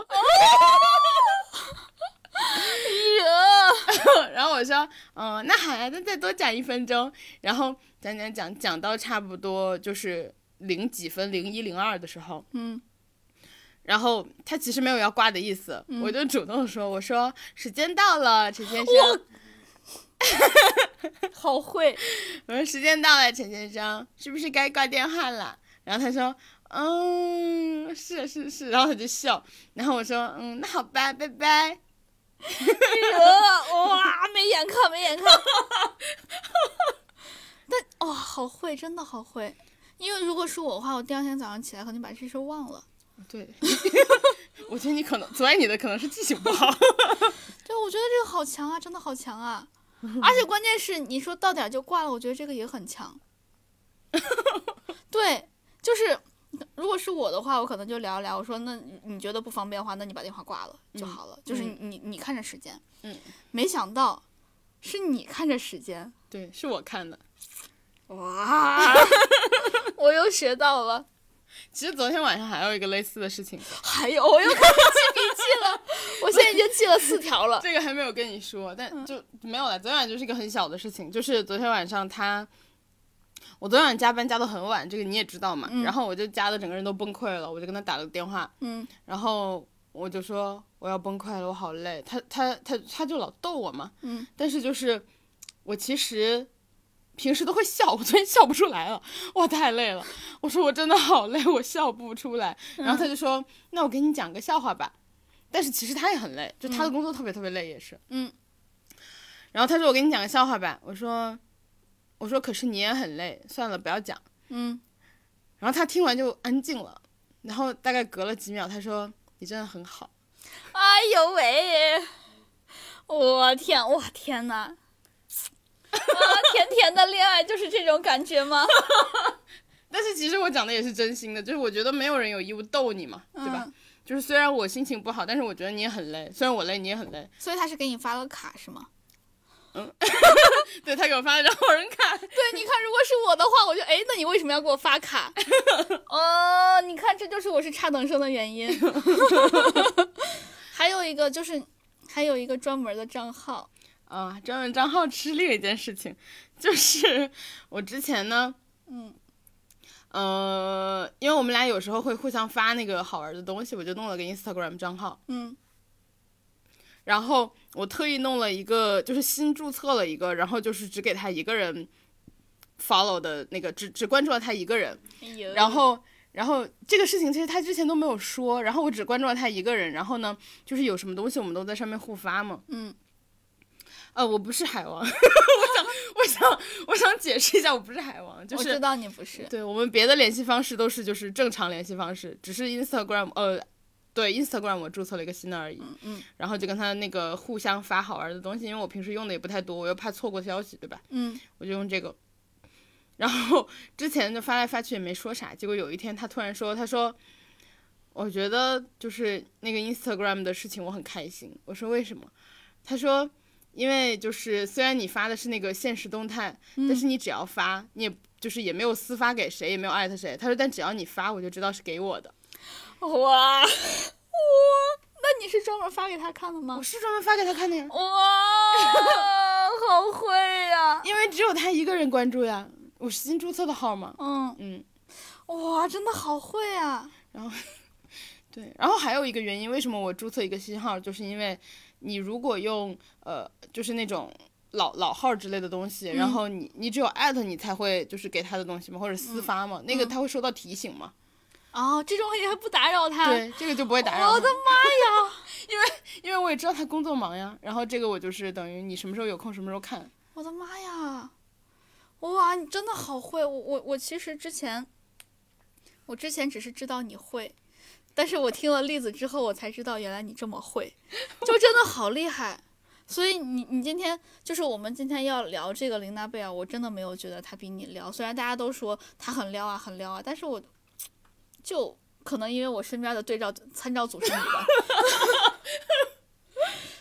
Speaker 1: 哎惹，
Speaker 2: 然后我说，嗯、那好呀，那再多讲一分钟。然后讲讲讲讲到差不多就是零几分，零一零二的时候，
Speaker 1: 嗯
Speaker 2: 然后他其实没有要挂的意思，我就主动说，我说时间到了，陈先生，
Speaker 1: 好会，
Speaker 2: 我说时间到了，陈先生，是不是该挂电话了？然后他说，嗯，是是是，然后他就笑，然后我说，嗯，那好吧，拜拜。
Speaker 1: 惹，哎哇，没眼看，没眼 看。但哇、好会，真的好会。因为如果是我的话，我第二天早上起来肯定把这事儿忘了。
Speaker 2: 对， 我觉得你可能阻碍你的可能是记性不好。
Speaker 1: 对，我觉得这个好强啊，真的好强啊！而且关键是你说到点儿就挂了，我觉得这个也很强。对，就是如果是我的话，我可能就聊一聊，我说那你你觉得不方便的话，那你把电话挂了就好了，就是你、你你看着时间。
Speaker 2: 嗯，
Speaker 1: 没想到是你看着时 间，
Speaker 2: 对，是我看的。
Speaker 1: 哇，我又学到了，
Speaker 2: 其实昨天晚上还有一个类似的事情，
Speaker 1: 还有我又开始记笔记了，我现在已经记了四条了。
Speaker 2: 这个还没有跟你
Speaker 1: 嗯
Speaker 2: 说，但就没有了。昨天晚上就是一个很小的事情，就是昨天晚上他，我昨天晚上加班加到很晚，这个你也知道嘛。然后我就加的整个人都崩溃了，我就跟他打了个电话，
Speaker 1: 嗯
Speaker 2: 然后我就说我要崩溃了，我好累。他他他他就老逗我嘛，
Speaker 1: 嗯，
Speaker 2: 但是就是我其实。平时都会笑，我昨天笑不出来了，我太累了。我说我真的好累，我笑不出来。然后
Speaker 1: 嗯
Speaker 2: 他就说：“那我给你讲个笑话吧。”但是其实他也很累，就他的工作特别特别累，也是。
Speaker 1: 嗯。
Speaker 2: 然后他说：“我给你讲个笑话吧。”我说：“我说可是你也很累，算了，不要讲。”
Speaker 1: 嗯，
Speaker 2: 然后他听完就安静了，然后大概隔了几秒，他说：“你真的很好。
Speaker 1: 哎呦喂，我天，我天呐！啊，甜甜的恋爱就是这种感觉吗？”
Speaker 2: 但是其实我讲的也是真心的，就是我觉得没有人有义务逗你嘛，对吧
Speaker 1: 嗯？
Speaker 2: 就是虽然我心情不好，但是我觉得你也很累，虽然我累，你也很累。
Speaker 1: 所以他是给你发了卡是吗？
Speaker 2: 对他给我发了张 好人卡，
Speaker 1: 对，你看，如果是我的话，我就哎，那你为什么要给我发 卡？哦，你看，这就是我是差等生的 原因。还有一个就是，还有一个专门的账号，
Speaker 2: 啊，专门张浩吃另一件事情，就是我之前呢，
Speaker 1: 嗯，
Speaker 2: 呃，因为我们俩有时候会互相发那个好玩的东西，我就弄了个 Instagram 账号，
Speaker 1: 嗯
Speaker 2: 然后我特意弄了一个，就是新注册了一个，然后就是只给他一个人 follow 的那个，只只关注了他一个人。
Speaker 1: 哎
Speaker 2: 然后，然后这个事情其实他之前都没有说，然后我只关注了他一个人。然后呢，就是有什么东西我们都在上面互发嘛。
Speaker 1: 嗯。
Speaker 2: 呃，我不是海王，我 想，我想，我想解释一下，我不是海王，就
Speaker 1: 我
Speaker 2: 是
Speaker 1: 知道你不是，
Speaker 2: 对我们别的联系方式都是就是正常联系方式，只是 Instagram 呃，对 Instagram 我注册了一个新的而已，
Speaker 1: 嗯嗯
Speaker 2: 然后就跟他那个互相发好玩的东西，因为我平时用的也不太多，我又怕错过消息，对吧？
Speaker 1: 嗯，
Speaker 2: 我就用这个。然后之前就发来发去也没说啥，结果有一天他突然说，他说，我觉得就是那个 Instagram 的事情我很开心。我说为什么？他说，因为就是虽然你发的是那个现实动态，但是你只要发，你也就是也没有私发给谁，也没有艾特谁。他说，但只要你发，我就知道是给我的。
Speaker 1: 哇哇，那你是专门发给他看的吗
Speaker 2: 我？哦是专门发给他看的 呀，
Speaker 1: 哇，好会呀、
Speaker 2: 因为只有他一个人关注呀，我是新注册的号嘛。
Speaker 1: 嗯，
Speaker 2: 嗯，
Speaker 1: 哇，真的好会啊！
Speaker 2: 对，然后还有一个原因，为什么我注册一个新号，就是因为你如果用呃，就是那种老老号之类的东西，
Speaker 1: 嗯
Speaker 2: 然后你你只有艾特你才会就是给他的东西嘛，或者
Speaker 1: 嗯
Speaker 2: 私发嘛，那个他会收到提醒嘛，
Speaker 1: 哦，这种也还不打扰他，
Speaker 2: 对，这个就不会打扰他。
Speaker 1: 啊我的妈呀！
Speaker 2: 因为我也知道他工作忙呀，然后这个我就是等于你什么时候有空什么时候看，
Speaker 1: 我的妈呀！哇，你真的好会！我我我其实之前，我之前只是知道你会，但是我听了例子之后，我才知道原来你这么会，就真的好厉害。所以你你今天就是我们今天要聊这个琳娜贝尔，我真的没有觉得她比你撩，虽然大家都说她很撩啊很撩啊，但是我就可能因为我身边的对照参照组是你吧，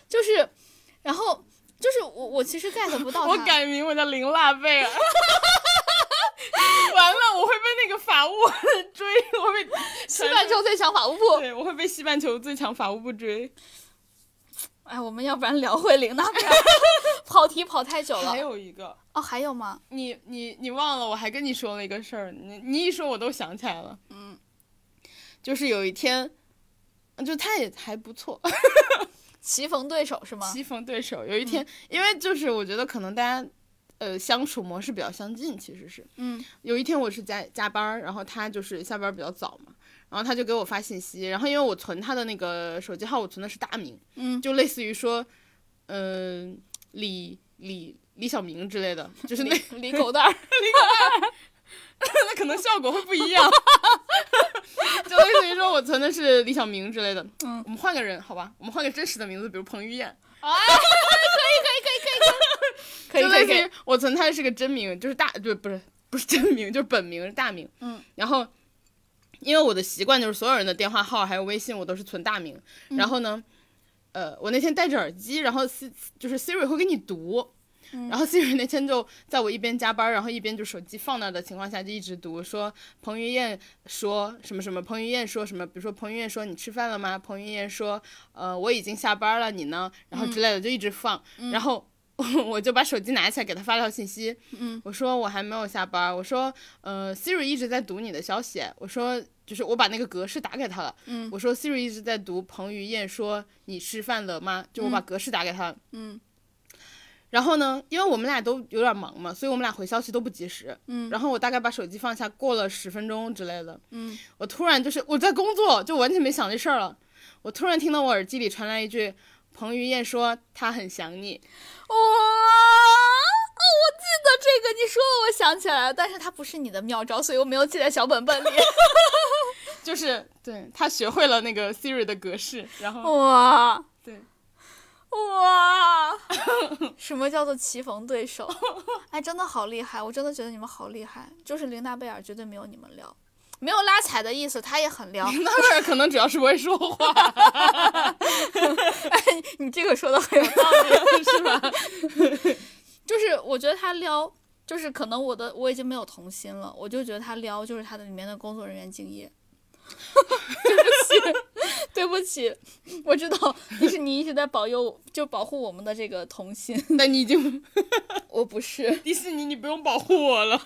Speaker 1: 就是，然后就是我我其实 get 不到她。
Speaker 2: 我改名我叫林辣贝尔。 完了，我会被那个法务 追，我会被
Speaker 1: 吃饭之后再想法务部。
Speaker 2: 对，我会被西半球最强法务部追。
Speaker 1: 哎，我们要不然聊回琳娜 贝尔，跑题跑太久
Speaker 2: 还
Speaker 1: 了。
Speaker 2: 有一个，
Speaker 1: 哦，还有吗？
Speaker 2: 你你你忘了，我还跟你说了一个事儿，你你一说我都想起来了。嗯，就是有一天，就他也还不错，
Speaker 1: 棋逢对手是吗？
Speaker 2: 棋逢对手。有一天，因为就是我觉得可能大家。呃，相处模式比较相近，其实是
Speaker 1: 嗯
Speaker 2: 有一天我是加加班儿，然后他就是下班比较早嘛，然后他就给我发信息，然后因为我存他的那个手机号，我存的是大名，
Speaker 1: 嗯，
Speaker 2: 就类似于说，嗯、李李李小明之类的，就是那
Speaker 1: 李狗 蛋儿。
Speaker 2: 那可能效果会不一样。 就类似于说我存的是李小明之类的，
Speaker 1: 嗯
Speaker 2: 我们换个人好吧，我们换个真实的名字，比如彭于晏，
Speaker 1: 啊，可以可以可以可以可以，可以
Speaker 2: 就类似
Speaker 1: 可以可以
Speaker 2: 于我存他的是个真名，就是大对不是不是真名，就是本名是大名，
Speaker 1: 嗯，
Speaker 2: 然后。因为我的习惯就是所有人的电话号还有微信我都是存大名，
Speaker 1: 嗯
Speaker 2: 然后呢，呃，我那天戴着耳机，然后 C 就是 Siri 会给你读，
Speaker 1: 嗯
Speaker 2: 然后 Siri 那天就在我一边加班，然后一边就手机放那儿的情况下，就一直读说彭于晏说什么什么，彭于晏说什么，比如说彭于晏说你吃饭了吗？彭于晏说呃我已经下班了，你呢？然后
Speaker 1: 嗯
Speaker 2: 之类的就一直放，然后我就把手机拿起来给他发条信息，
Speaker 1: 嗯
Speaker 2: 我说我还没有下班，我说呃 Siri 一直在读你的消息，我说就是我把那个格式打给他了，
Speaker 1: 嗯
Speaker 2: 我说 Siri 一直在读彭于晏说你吃饭了吗？就我把
Speaker 1: 嗯
Speaker 2: 格式打给他了。
Speaker 1: 嗯
Speaker 2: 然后呢，因为我们俩都有点忙嘛，所以我们俩回消息都不及时。
Speaker 1: 嗯
Speaker 2: 然后我大概把手机放下，过了十分钟之类的，
Speaker 1: 嗯
Speaker 2: 我突然就是我在工作，就完全没想这事儿了。我突然听到我耳机里传来一句：“彭于晏说他很想你。
Speaker 1: 哇，哦我记得这个，你说我想起来了，但是它不是你的妙招，所以我没有记在小本本 里。”
Speaker 2: 就是哦对他学会了那个 Siri 的格式，然后、
Speaker 1: 哇
Speaker 2: 对
Speaker 1: 哇， 什么叫做棋逢对手？哎，真的好厉害！我真的觉得你们好厉害，就是琳娜贝尔绝对没有你们撩，没有拉踩的意思，她也很 撩。
Speaker 2: 那会儿可能主要是不会说 话，
Speaker 1: 哎，你这个说的很有道理，
Speaker 2: 哦是吧？
Speaker 1: 就是我觉得她撩，就是可能我的我已经没有童心了，我就觉得她撩就是她的里面的工作人员敬业。 对不起， 对不起，我知道你是你一直在保佑，就保护我们的这个童心，
Speaker 2: 那你已经
Speaker 1: 我不是。
Speaker 2: 迪士尼，你不用保护我了。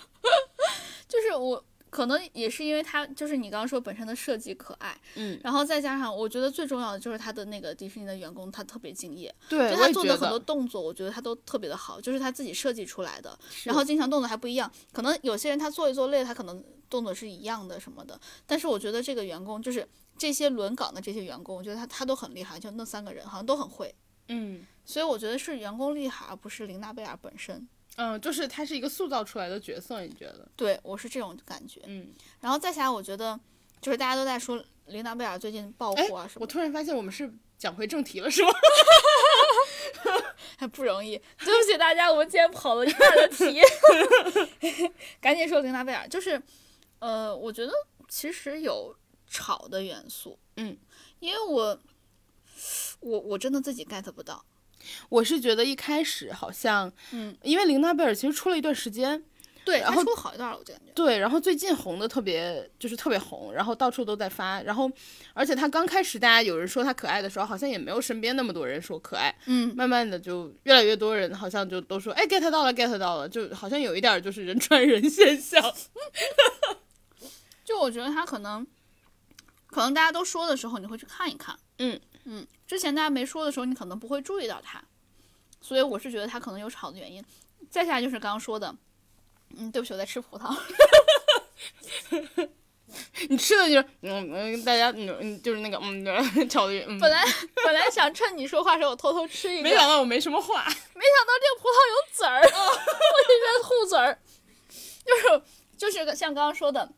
Speaker 1: 就是我可能也是因为它就是你刚刚说本身的设计可爱，
Speaker 2: 嗯，
Speaker 1: 然后再加上我觉得最重要的就是它的那个迪士尼的员工他特别敬业，
Speaker 2: 对，
Speaker 1: 就
Speaker 2: 我
Speaker 1: 他
Speaker 2: 也
Speaker 1: 做
Speaker 2: 觉
Speaker 1: 的
Speaker 2: 得
Speaker 1: 很多动作，我觉得他都特别的好，就是他自己设计出来的，然
Speaker 2: 是
Speaker 1: 后经常动作还不一样。可能有些人他做一做累了，他可能动作是一样的什么的，但是我觉得这个员工就是这些轮岗的这些员工，我觉得他他都很厉害，就那三个人好像都很会，
Speaker 2: 嗯
Speaker 1: 所以我觉得是员工厉害，而不是琳娜贝尔本身。
Speaker 2: 嗯，就是他是一个塑造出来的角色，你觉得？
Speaker 1: 对我是这种感觉，
Speaker 2: 嗯，
Speaker 1: 然后再下来，我觉得就是大家都在说琳娜贝尔最近爆
Speaker 2: 哎
Speaker 1: 火啊什么
Speaker 2: 我
Speaker 1: 的，
Speaker 2: 突然发现我们是讲回正题了，是吗？
Speaker 1: 还不容易。对不起大家，我们今天跑了一半的题， 赶紧说琳娜贝尔。就是，呃，我觉得其实有吵的元素，
Speaker 2: 嗯，
Speaker 1: 因为我我我真的自己 get 不到，
Speaker 2: 我是觉得一开始好像，
Speaker 1: 嗯，
Speaker 2: 因为琳娜贝尔其实出了一段时间，
Speaker 1: 对，
Speaker 2: 然
Speaker 1: 他
Speaker 2: 后
Speaker 1: 出好一段了，我就感觉，
Speaker 2: 对，然后最近红的特别就是特别红，然后到处都在发，然后而且她刚开始大家有人说她可爱的时候，好像也没有身边那么多人说可爱，
Speaker 1: 嗯，
Speaker 2: 慢慢的就越来越多人好像就都说哎 get 到了 get 到了，就好像有一点儿就是人传人现象，
Speaker 1: 就我觉得他可能可能大家都说的时候，你会去看一看，
Speaker 2: 嗯
Speaker 1: 嗯，之前大家没说的时候，你可能不会注意到他，所以我是觉得他可能有吵的原因。再下来就是刚刚说的，嗯，对不起，我在吃葡萄。
Speaker 2: 你吃的就是嗯嗯，大家嗯嗯就是那个嗯 嗯吵的嗯，
Speaker 1: 本来本来想趁你说话的时候我偷偷吃一个，
Speaker 2: 没哦想到我没什么
Speaker 1: 没
Speaker 2: 话，
Speaker 1: 想到这个葡萄有籽儿， 我一边吐籽儿，就是就是像刚刚说的，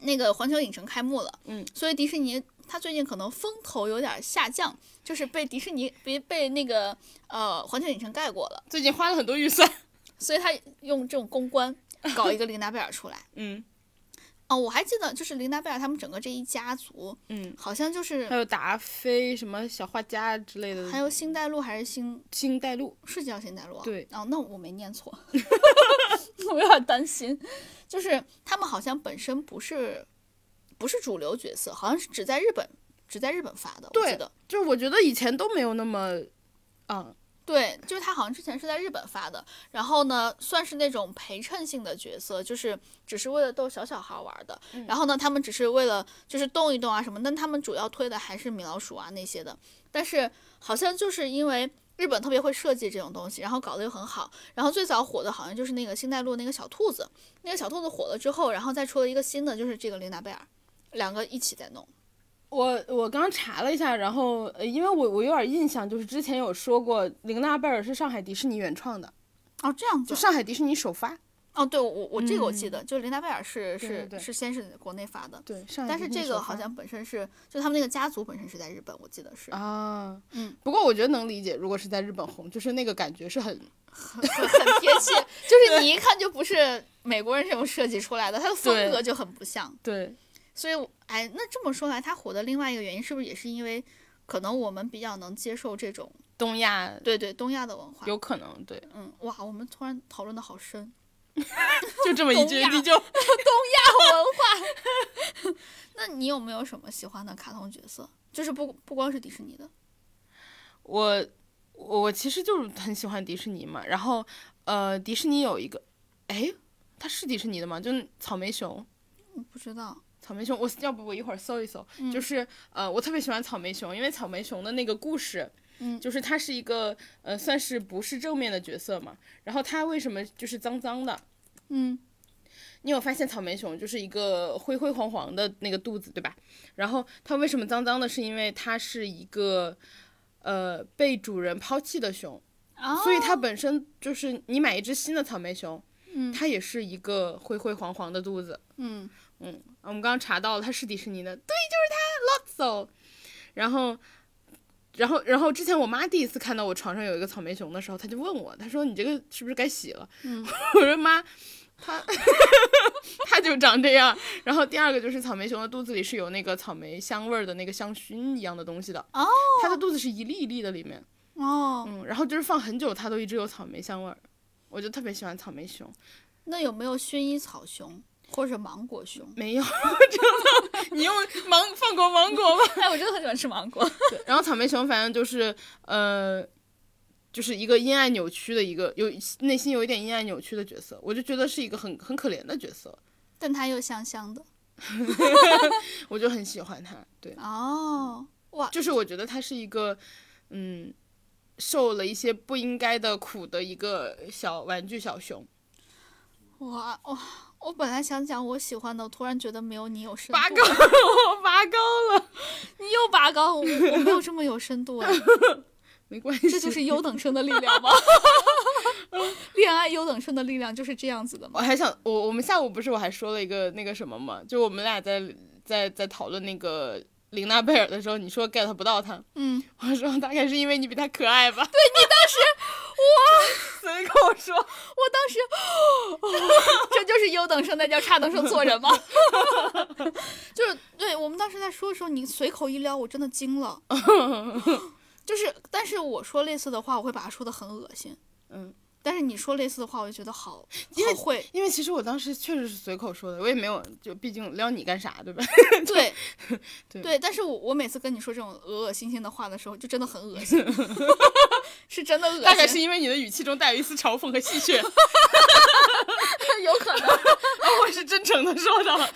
Speaker 1: 那个环球影城开幕了，
Speaker 2: 嗯，
Speaker 1: 所以迪士尼它最近可能风头有点下降，就是被迪士尼被被那个呃环球影城盖过了，
Speaker 2: 最近花了很多预算，
Speaker 1: 所以他用这种公 关搞一个琳达贝尔出来。
Speaker 2: 嗯
Speaker 1: 哦，我还记得，就是琳达贝尔他们整个这一家族，
Speaker 2: 嗯，
Speaker 1: 好像就是
Speaker 2: 还有达菲什么小画家之类的，
Speaker 1: 还有星黛露还是星
Speaker 2: 星黛露，
Speaker 1: 是叫现代路啊？
Speaker 2: 对，
Speaker 1: 哦，那我没念 错，我有点担心，就是他们好像本身不是不是主流角色，好像是只在日本只在日本发的，我
Speaker 2: 对
Speaker 1: 记得。
Speaker 2: 就是我觉得以前都没有那么，啊，
Speaker 1: 对，就是他好像之前是在日本发的，然后呢，算是那种陪衬性的角色，就是只是为了逗小小孩玩的。然后呢，他们只是为了就是动一动啊什么，但他们主要推的还是米老鼠啊那些的。但是好像就是因为日本特别会设计这种东西，然后搞得又很好。然后最早火的好像就是那个星黛露那个小兔子，那个小兔子火了之后，然后再出了一个新的，就是这个琳达贝尔，两个一起在弄。
Speaker 2: 我我刚查了一下，然后呃，因为我我有点印象，就是之前有说过，玲娜贝尔是上海迪士尼原创的，
Speaker 1: 哦，这样子
Speaker 2: 就。上海迪士尼首发，
Speaker 1: 哦，对，我我这个我记得，就琳达贝尔是
Speaker 2: 对
Speaker 1: 是
Speaker 2: 对对
Speaker 1: 是先是国内发的。
Speaker 2: 对，上海
Speaker 1: 但
Speaker 2: 迪
Speaker 1: 是
Speaker 2: 士尼
Speaker 1: 这
Speaker 2: 首
Speaker 1: 个
Speaker 2: 发
Speaker 1: 好像本身是，就他们那个家族本身是在日本，我记得 是
Speaker 2: 啊，
Speaker 1: 嗯，
Speaker 2: 不过我觉得能理解，如果是在日本红，就是那个感觉是很
Speaker 1: 很很贴切，就是你一看就不是美国人这种设计出来的，他的风
Speaker 2: 对
Speaker 1: 格就很不像。
Speaker 2: 对，
Speaker 1: 所以我，哎，那这么说来，他火的另外一个原因是不是也是因为，可能我们比较能接受这种
Speaker 2: 东亚
Speaker 1: 对对东亚的文化？
Speaker 2: 有可能对，
Speaker 1: 嗯，哇，我们突然讨论的好 深，
Speaker 2: 就这么一
Speaker 1: 东
Speaker 2: 句
Speaker 1: 亚
Speaker 2: 你就
Speaker 1: 那你有没有什么喜欢的卡通角色？就是不不光是迪士尼的，
Speaker 2: 我我我其实就是很喜欢迪士尼嘛，然后呃，迪士尼有一个，哎，它是迪士尼的吗？就是草莓熊。
Speaker 1: 我不知道。
Speaker 2: 草莓熊，我要不我一会儿搜一搜，
Speaker 1: 嗯
Speaker 2: 就是呃，我特别喜欢草莓熊，因为草莓熊的那个故事，
Speaker 1: 嗯
Speaker 2: 就是它是一个呃，算是不是正面的角色嘛，然后它为什么就是脏脏的？
Speaker 1: 嗯
Speaker 2: 你有发现草莓熊就是一个灰灰黄黄的那个肚子，对吧？然后它为什么脏脏的？是因为它是一个呃被主人抛弃的熊，
Speaker 1: 啊，
Speaker 2: 所以它本身就是你买一只新的草莓熊，
Speaker 1: 嗯
Speaker 2: 它也是一个灰灰黄黄的肚子。
Speaker 1: 嗯
Speaker 2: 嗯，我们刚刚查到了，它是迪士尼的，对，就是它 Lotso。然后，然后，然后之前我妈第一次看到我床上有一个草莓熊的时候，她就问我，她说你这个是不是该洗了？
Speaker 1: 嗯
Speaker 2: 我说妈，它它就长这样。然后第二个就是草莓熊的肚子里是有那个草莓香味儿的那个香薰一样的东西的，
Speaker 1: 哦
Speaker 2: 它的肚子是一粒一粒的里面，
Speaker 1: 哦，
Speaker 2: 嗯，然后就是放很久它都一直有草莓香味儿，我就特别喜欢草莓熊。？
Speaker 1: 那有没有薰衣草熊或者芒果熊
Speaker 2: 没有， 真的，你用芒放过芒果吗？
Speaker 1: 哎，我真的很喜欢吃芒果。
Speaker 2: 对，然后草莓熊反正就是呃，就是一个阴暗扭曲的一个有内心有一点阴暗扭曲的角色，我就觉得是一个很很可怜的角色。
Speaker 1: 但它又香香的。
Speaker 2: 我就很喜欢他。对，
Speaker 1: 哦，哇，
Speaker 2: 就是我觉得他是一个，嗯，受了一些不应该的苦的一个小玩具小熊。
Speaker 1: 哇哇！我本来想讲我喜欢的，我突然觉得没有你有深度。
Speaker 2: 拔高， 我拔高了，
Speaker 1: 你又拔高，我我没有这么有深 度哎，
Speaker 2: 没关系，
Speaker 1: 这就是优等生的力量吗？ 恋爱优等生的力量就是这样子的
Speaker 2: 我
Speaker 1: 吗？
Speaker 2: 还想，我我们下午不是我还说了一个那个什么嘛，就我们俩在在在讨论那个玲娜贝尔的时候，你说 get 不到她，
Speaker 1: 嗯，
Speaker 2: 我说大概是因为你比她可爱吧。对你当时，哇， 随口说，
Speaker 1: 我当时，哦这就是优等生在教差等生做人吗？ 就是对我们当时在说的时候，你随口一撩，我真的惊 了。就是，但是我说类似的话，我会把它说的很恶心。
Speaker 2: 嗯，
Speaker 1: 但是你说类似的话，我就觉得好，
Speaker 2: 因为
Speaker 1: 好会。
Speaker 2: 因为其实我当时确实是随口说的，我也没有，就毕竟撩你干啥，对吧？
Speaker 1: 对
Speaker 2: 对
Speaker 1: 但是我我每次跟你说这种恶恶心心的话的时候，就真的很恶 心，是真的恶心，
Speaker 2: 大概是因为你的语气中带有一丝嘲讽和戏谑，
Speaker 1: 有可能。
Speaker 2: 我是真诚的说的。
Speaker 1: 哇，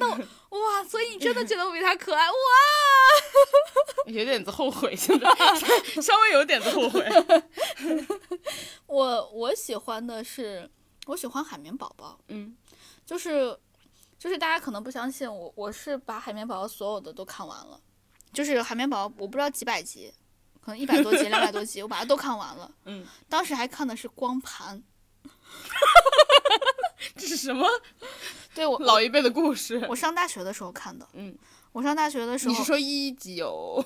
Speaker 1: 那我哇，所以你真的觉得我比他可爱哇？
Speaker 2: 有点子后悔，现在 稍微有点子后悔。
Speaker 1: 我我喜欢的是，我喜欢海绵宝宝，
Speaker 2: 嗯
Speaker 1: 就是就是大家可能不相信我，我是把海绵宝宝所有的都看完了，就是海绵宝宝我不知道几百集，可能一百多集、两百多集，我把它都看完了。
Speaker 2: 嗯，
Speaker 1: 当时还看的是光盘，
Speaker 2: 这是什么
Speaker 1: 对我
Speaker 2: 老一辈的故事？
Speaker 1: 我上大学的时候看的，
Speaker 2: 嗯，
Speaker 1: 我上大学的时
Speaker 2: 你是
Speaker 1: 候，
Speaker 2: 说一九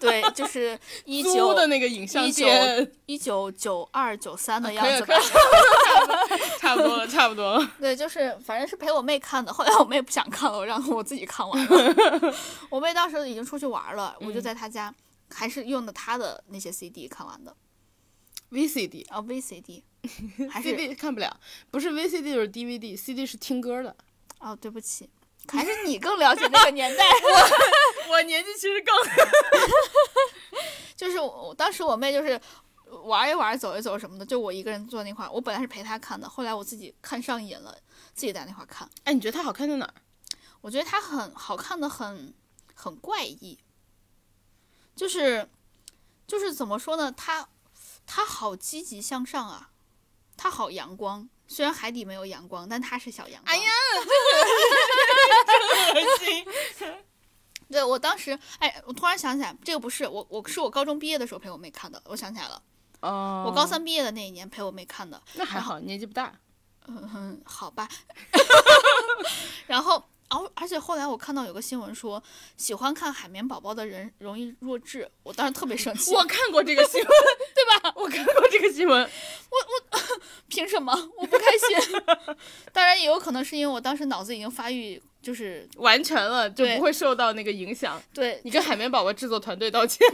Speaker 1: 对，就是一
Speaker 2: 租
Speaker 1: 九
Speaker 2: 的那个影像
Speaker 1: 19
Speaker 2: 店？
Speaker 1: 一九九二九三的样
Speaker 2: 啊可以
Speaker 1: 子吧
Speaker 2: 可以， 差不多了，差不多了。
Speaker 1: 对，就是反正是陪我妹看的，后来我妹不想看了，我让我自己看完了。我妹当时已经出去玩了，我就在她家，还是用的她的那些 CD 看完的，
Speaker 2: VCD
Speaker 1: 啊 VCD，还是
Speaker 2: CD 看不了，不是 VCD 就是 DVD，CD 是听歌的。
Speaker 1: 哦对不起，还是你更了解那个年代。
Speaker 2: 我年纪其实更
Speaker 1: 就是我我当时我妹就是玩一玩走一走什么的，就我一个人坐那块儿，我本来是陪她看的，后来我自己看上瘾了，自己在那块儿看，
Speaker 2: 哎，你觉得它好看在哪儿？
Speaker 1: 我觉得它很好看的很很怪异，就是就是怎么说呢？它它好积极向上啊，它好阳光。虽然海底没有阳光，但它是小阳光。
Speaker 2: 哎呀，
Speaker 1: 对我当时，哎，我突然想起来，这个不是我，我是我高中毕业的时候陪我妹看的。我想起来了，
Speaker 2: 哦
Speaker 1: 我高三毕业的那一年陪我妹看的。
Speaker 2: 那还好，年纪 不大。
Speaker 1: 嗯哼，好吧。 然后，而而且后来我看到有个新闻说，喜欢看海绵宝宝的人容易弱智，我当时特别生气。
Speaker 2: 我看过这个新 闻，对吧？我看过这个新闻。
Speaker 1: 凭什么？ 我不开心。 当然也有可能是因为我当时脑子已经发育，就是
Speaker 2: 完全了，就
Speaker 1: 对
Speaker 2: 不会受到那个影响。
Speaker 1: 对，
Speaker 2: 你跟海绵宝宝制作团队道歉。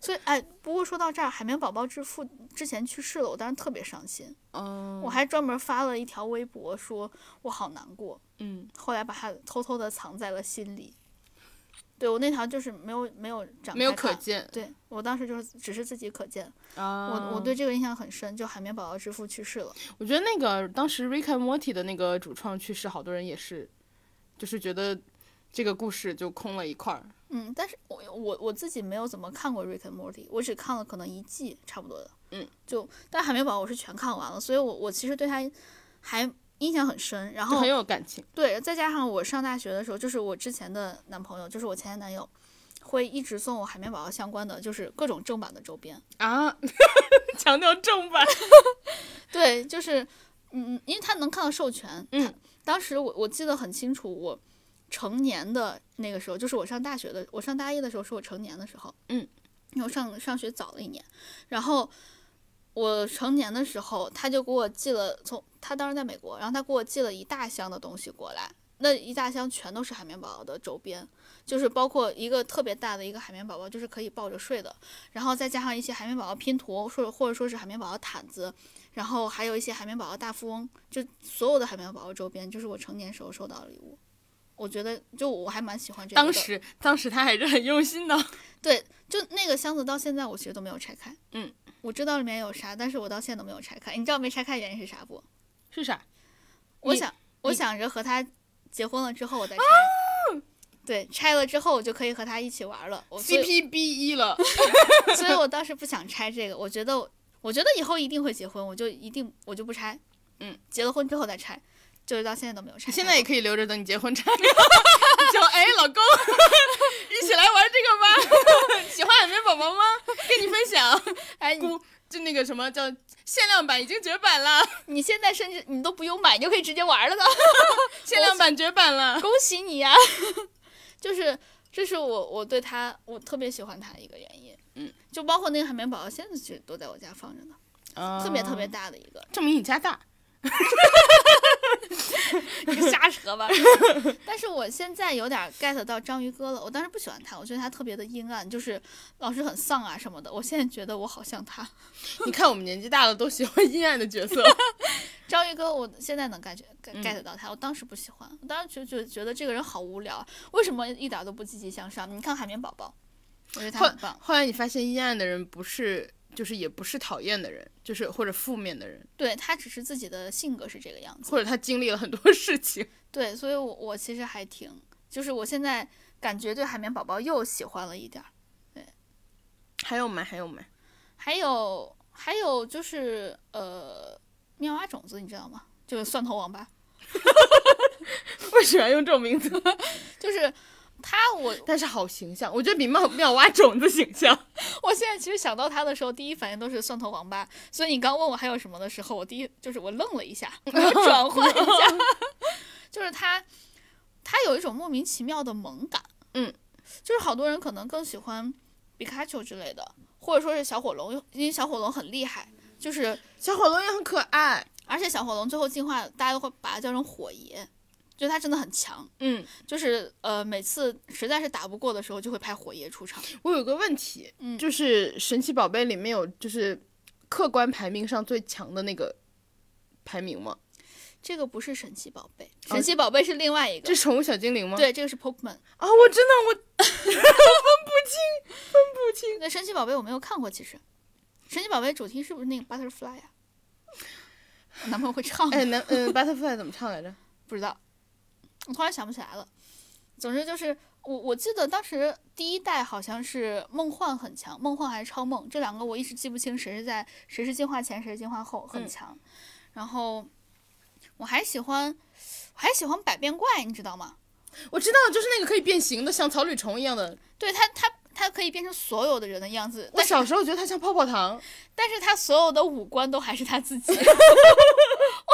Speaker 1: 所以哎，不过说到这儿，海绵宝宝之父之前去世了，我当时特别伤心，
Speaker 2: 哦
Speaker 1: 我还专门发了一条微博，说我好难过，
Speaker 2: 嗯，
Speaker 1: 后来把它偷偷的藏在了心里。对我那条就是没有没有展
Speaker 2: 没有
Speaker 1: 开
Speaker 2: 可
Speaker 1: 看
Speaker 2: 见
Speaker 1: 对我当时就是只是自己可见，
Speaker 2: 啊
Speaker 1: 我我对这个印象很深，就海绵宝宝之父去世了。
Speaker 2: 我觉得那个当时 Rick and Morty 的那个主创去世，好多人也是，就是觉得这个故事就空了一块儿。
Speaker 1: 嗯，但是我我我自己没有怎么看过《Rick and Morty》，我只看了可能一季差不多的。
Speaker 2: 嗯，
Speaker 1: 就但海绵宝宝我是全看完了，所以我我其实对他还印象很深。然
Speaker 2: 就
Speaker 1: 后
Speaker 2: 很有感情。
Speaker 1: 对，再加上我上大学的时候，就是我之前的男朋友，就是我前任男友，会一直送我海绵宝宝相关的，就是各种正版的周边。
Speaker 2: 啊， 强调正版。
Speaker 1: 对，就是嗯，因为他能看到授权。
Speaker 2: 嗯
Speaker 1: 他，当时我我记得很清楚，我成年的那个时候，就是我上大学的，我上大一的时候是我成年的时候。
Speaker 2: 嗯，
Speaker 1: 因为我上上学早了一年，然后。我成年的时候，他就给我寄了从他当时在美国，然后他给我寄了一大箱的东西过来，那一大箱全都是海绵宝宝的周边，就是包括一个特别大的一个海绵宝宝，就是可以抱着睡的，然后再加上一些海绵宝宝拼图，或或者说是海绵宝宝毯子，然后还有一些海绵宝宝大富翁，就所有的海绵宝宝周边，就是我成年时候收到的礼物。我觉得就我还蛮喜欢这个的。
Speaker 2: 当时，当时他还是很用心的。
Speaker 1: 对，就那个箱子到现在我其实都没有拆开。
Speaker 2: 嗯，
Speaker 1: 我知道里面有啥，但是我到现在都没有拆开。你知道没拆开原因是啥不？
Speaker 2: 是啥？
Speaker 1: 我
Speaker 2: 你啊
Speaker 1: 想我想着和他结婚了之后我再拆。对，拆了之后我就可以和他一起玩了。我所以
Speaker 2: ，CP B 一 了，
Speaker 1: 所以我当时不想拆这个，我觉得我觉得以后一定会结婚，我就一定我就不拆。
Speaker 2: 嗯，
Speaker 1: 结了婚之后再拆，就是到现在都没有拆。
Speaker 2: 现在也可以留着，等你结婚拆。 你就哎，老 公，一起来玩这个吧。喜欢海绵宝宝吗？跟你分享。
Speaker 1: 哎，你
Speaker 2: 咕，就那个什么叫限量版已经绝版了，
Speaker 1: 你现在甚至你都不用买，你就可以直接玩了呢。
Speaker 2: 限量版绝版了。
Speaker 1: 恭喜你呀、 就是这是我我对他我特别喜欢他的一个原因。
Speaker 2: 嗯，
Speaker 1: 就包括那个海绵宝宝，现在其实都在我家放着呢，特别特别
Speaker 2: 嗯，
Speaker 1: 大的一个，
Speaker 2: 证明你家大。
Speaker 1: 你瞎扯吧。 但是我现在有点 get 到章鱼哥了，我当时不喜欢他，我觉得他特别的阴暗，就是老是很丧啊什么的。我现在觉得我好像他，
Speaker 2: 你看我们年纪大了都喜欢阴暗的 角色。
Speaker 1: 章鱼哥，我现在能感觉感
Speaker 2: 嗯
Speaker 1: get 到他，我当时不喜欢，我当时就就觉得这个人好无聊啊，为什么一点都不积极向上？你看海绵宝宝，我觉得他
Speaker 2: 后
Speaker 1: 很棒，
Speaker 2: 后来你发现阴暗的人不是，就是也不是讨厌的人，就是或者负面的人，
Speaker 1: 对他只是自己的性格是这个样子，
Speaker 2: 或者他经历了很多事情。
Speaker 1: 对，所以我我其实还挺，就是我现在感觉对海绵宝宝又喜欢了一点儿，
Speaker 2: 还有吗？还有吗？
Speaker 1: 还有还有就是呃，妙蛙种子你知道吗？就是蒜头王八，
Speaker 2: 我喜欢用这种名字，
Speaker 1: 就是他我
Speaker 2: 但是好形象，我觉得比妙妙蛙种子形象。
Speaker 1: 我现在其实想到他的时候，第一反应都是蒜头王八。所以你刚问我还有什么的时候，我第一就是我愣了一下，我要转换一下， 就是他，他有一种莫名其妙的萌感。
Speaker 2: 嗯，
Speaker 1: 就是好多人可能更喜欢比卡丘之类的，或者说是小火龙，因为小火龙很厉害，就是
Speaker 2: 小火龙也很可爱。
Speaker 1: 而且小火龙最后进化，大家都会把它叫成火爷，就它真的很强。
Speaker 2: 嗯，
Speaker 1: 就是呃，每次实在是打不过的时候，就会派火爷出场。
Speaker 2: 我有个问题，
Speaker 1: 嗯
Speaker 2: 就是神奇宝贝里面有就是客观排名上最强的那个排名吗？
Speaker 1: 这个不是神奇宝贝，
Speaker 2: 哦
Speaker 1: 神奇宝贝是另外一个。
Speaker 2: 这是宠物小精灵吗？
Speaker 1: 对，这个是 Pokemon。
Speaker 2: 啊、我真的我
Speaker 1: 那神奇宝贝我没有看过，其实，神奇宝贝主题是不是那个 Butterfly 呀、我男朋友会唱，
Speaker 2: 哎，男嗯、Butterfly 怎么唱来着？
Speaker 1: 不知道，我突然想不起来了。总之就是我我记得当时第一代好像是梦幻很强，梦幻还是超梦这两个我一直记不清谁是在谁是进化前谁是进化后很
Speaker 2: 嗯
Speaker 1: 强。然后我还喜欢我还喜欢百变怪，你知道吗？
Speaker 2: 我知道，就是那个可以变形的，像草履虫一样的。
Speaker 1: 对它它它可以变成所有的人的样子，
Speaker 2: 我小时候觉得它像泡泡糖，
Speaker 1: 但是他所有的五官都还是他自己，我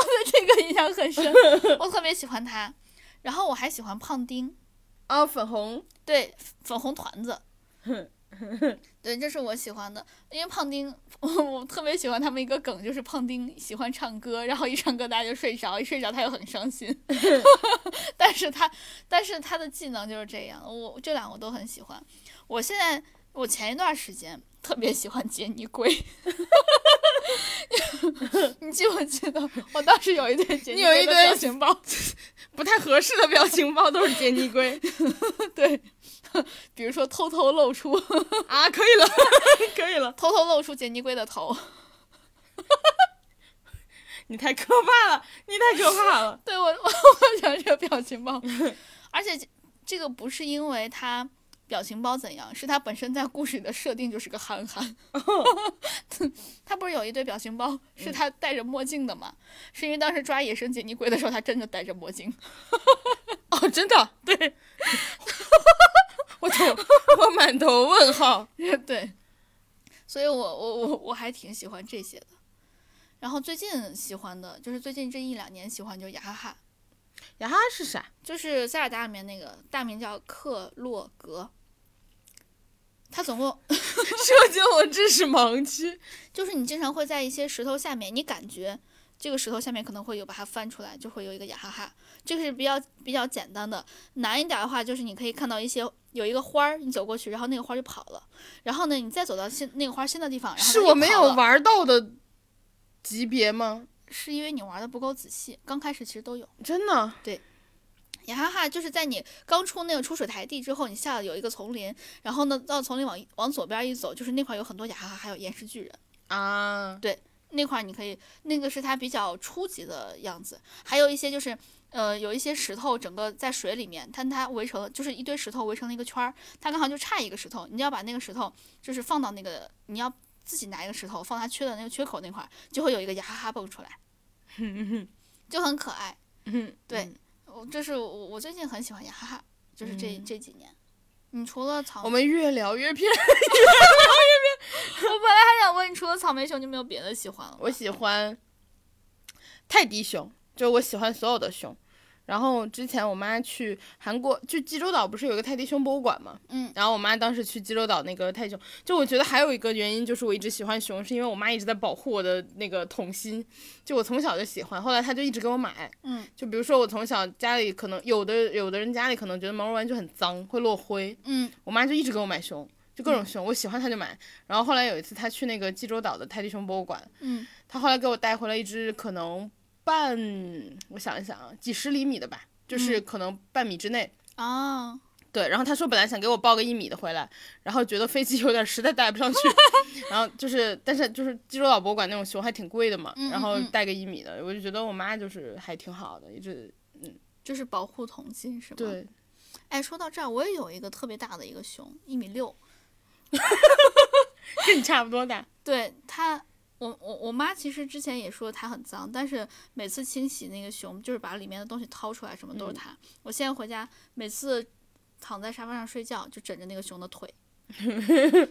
Speaker 1: 对这个印象很深，我特别喜欢他。然后我还喜欢胖丁，
Speaker 2: 啊，粉红。
Speaker 1: 对粉红团 子，对，这是我喜欢的。因为胖丁， 我我特别喜欢他们一个梗，就是胖丁喜欢唱歌，然后一唱歌大家就睡着，一睡着他又很伤心。 但是他，但是他的技能就是这样，我这两个我都很喜欢。我现在，我前一段时间特别喜欢杰尼龟。 你记不记得我当时有一对杰尼
Speaker 2: 你有
Speaker 1: 龟
Speaker 2: 一
Speaker 1: 的
Speaker 2: 堆
Speaker 1: 表情包？
Speaker 2: 不太合适的表情包都是杰尼 龟
Speaker 1: 对， 比如说偷偷露出
Speaker 2: 啊，可 以了，可以了，
Speaker 1: 偷偷露出杰尼龟的头。
Speaker 2: 你太可怕了，你太可怕了。
Speaker 1: 对我，我 我想这个表情包，而且这这个不是因为它表情包怎样，是它本身在故事里的设定就是个憨憨。 他不是有一对表情包是他戴着墨镜的吗？是因为当时抓野生杰尼龟的时候，他真的戴着墨镜。
Speaker 2: 哦，真的， 对，我头，我满头问号。
Speaker 1: 对，所以我我我我还挺喜欢这些的。然后最近喜欢的就是最近这一两年喜欢就雅哈哈，
Speaker 2: 呀，是啥？
Speaker 1: 就是塞尔达里面那个大名叫克洛格，他总共
Speaker 2: 射进我知识盲区。
Speaker 1: 就是你经常会在一些石头下面，你感觉这个石头下面可能会有，把它翻出来就会有一个雅哈哈，这个是比较比较简单的。难一点的话，就是你可以看到一些有一个花儿，你走过去，然后那个花儿就跑了，然后呢，你再走到新那个花儿新的地方，然后它
Speaker 2: 是
Speaker 1: 又
Speaker 2: 我没
Speaker 1: 跑
Speaker 2: 有
Speaker 1: 了，
Speaker 2: 玩到的级别吗？
Speaker 1: 是因为你玩的不够仔细，刚开始其实都有。
Speaker 2: 真的，
Speaker 1: 雅哈哈就是在你刚出那个出水台地之后，你下了有一个丛林，然后呢到丛林往往左边一走，就是那块有很多雅哈哈，还有岩石巨人。
Speaker 2: 啊，
Speaker 1: 那块儿你可以，那个是它比较初级的样子，还有一些就是，呃，有一些石头整个在水里面，但它围成了就是一堆石头围成了一个圈儿，它刚好就差一个石头，你要把那个石头就是放到那个，你要自己拿一个石头放它缺的那个缺口那块儿，就会有一个牙哈哈蹦出 来，就很可爱。
Speaker 2: 嗯，
Speaker 1: 对，我这是我我最近很喜欢牙哈哈，就是这、这几年。你除了草，
Speaker 2: 我们越聊越偏。
Speaker 1: 我本来还想问你，除了草莓熊就没有别的喜欢了吗？
Speaker 2: 我喜欢泰迪熊，就是我喜欢所有的熊。然后之前我妈去韩国，就济州岛不是有一个泰迪熊博物馆嘛？
Speaker 1: 嗯
Speaker 2: 然后我妈当时去济州岛那个泰迪熊，就我觉得还有一个原因就是我一直喜欢熊，是因为我妈一直在保护我的那个童心，就我从小就喜欢，后来她就一直给我买。
Speaker 1: 嗯，
Speaker 2: 就比如说我从小家里可能有的有的人家里可能觉得毛绒玩具很脏，会落灰，
Speaker 1: 嗯
Speaker 2: 我妈就一直给我买熊，就各种熊，我喜欢她就买。然后后来有一次她去那个济州岛的泰迪熊博物馆，
Speaker 1: 嗯，
Speaker 2: 她后来给我带回来一只可能半，我想一想啊，几十厘米的吧，就是可能半米之内。
Speaker 1: 啊，
Speaker 2: 对，然后她说本来想给我抱个一米的回来，然后觉得飞机有点实在带不 上去，然后就是但是就是济州岛博物馆那种熊还挺贵的嘛，
Speaker 1: 嗯嗯
Speaker 2: 然后
Speaker 1: 嗯
Speaker 2: 带个一米的，我就觉得我妈就是还挺好的，一直啊
Speaker 1: 就是保护童心是吗？
Speaker 2: 对，
Speaker 1: 哎，说到这儿，我也有一个特别大的一个熊，一米六。
Speaker 2: 跟你差不多大。
Speaker 1: 对它，我我我妈其实之前也说它很脏，但是每次清洗那个熊，就是把里面的东西掏出来，什么都是
Speaker 2: 嗯
Speaker 1: 它。我现在回家每次躺在沙发上睡觉，就枕着那个熊的 腿。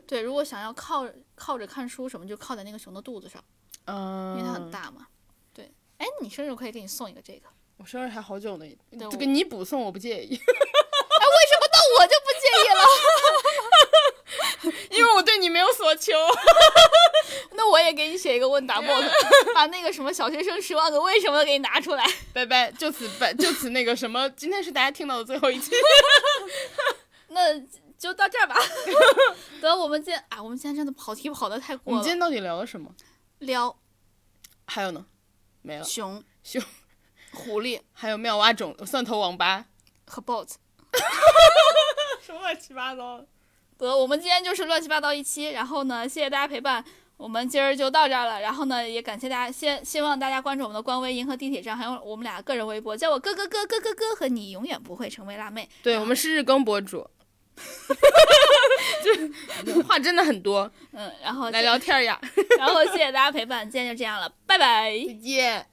Speaker 1: 对，如果想要靠靠着看书什么，就靠在那个熊的肚子上，因
Speaker 2: 嗯，
Speaker 1: 为它很。大嘛。对，哎，你生日我可以给你送一个这个。
Speaker 2: 我生日还好久呢，
Speaker 1: 对
Speaker 2: 这
Speaker 1: 我
Speaker 2: 个你补送我不介意。
Speaker 1: 那我就不介意了，
Speaker 2: 因为我对你没有所求。
Speaker 1: 那我也给你写一个问 答 book，把那个什么小学生十万个为什么给你拿出来。
Speaker 2: 拜拜，就此拜，就此那个什么，今天是大家听到的最后一 期。
Speaker 1: 那就到这儿 吧。得，我们今天啊，我们今天真的跑题跑得太
Speaker 2: 我
Speaker 1: 过
Speaker 2: 们
Speaker 1: 了
Speaker 2: 今。天到底聊了什么？
Speaker 1: 撩
Speaker 2: 还有呢？没 了。
Speaker 1: 熊、
Speaker 2: 熊、
Speaker 1: 狐狸
Speaker 2: 还有妙蛙种、蒜头网吧，
Speaker 1: 和 bot。
Speaker 2: 什么乱七八糟的。
Speaker 1: 得，我们今天就是乱七八糟一期。然后呢，谢谢大家陪伴，我们今儿就到这儿了。然后呢，也感谢大家，先希望大家关注我们的官微“银河地铁站”，还有我们俩个人微博，叫我哥哥哥哥哥哥和你永远不会成为辣妹。
Speaker 2: 对，我们是日更博 主。就话真的很多，
Speaker 1: 嗯，然后
Speaker 2: 来聊天儿呀！
Speaker 1: 然后谢谢大家陪伴，今天就这样了，拜拜。
Speaker 2: 再见。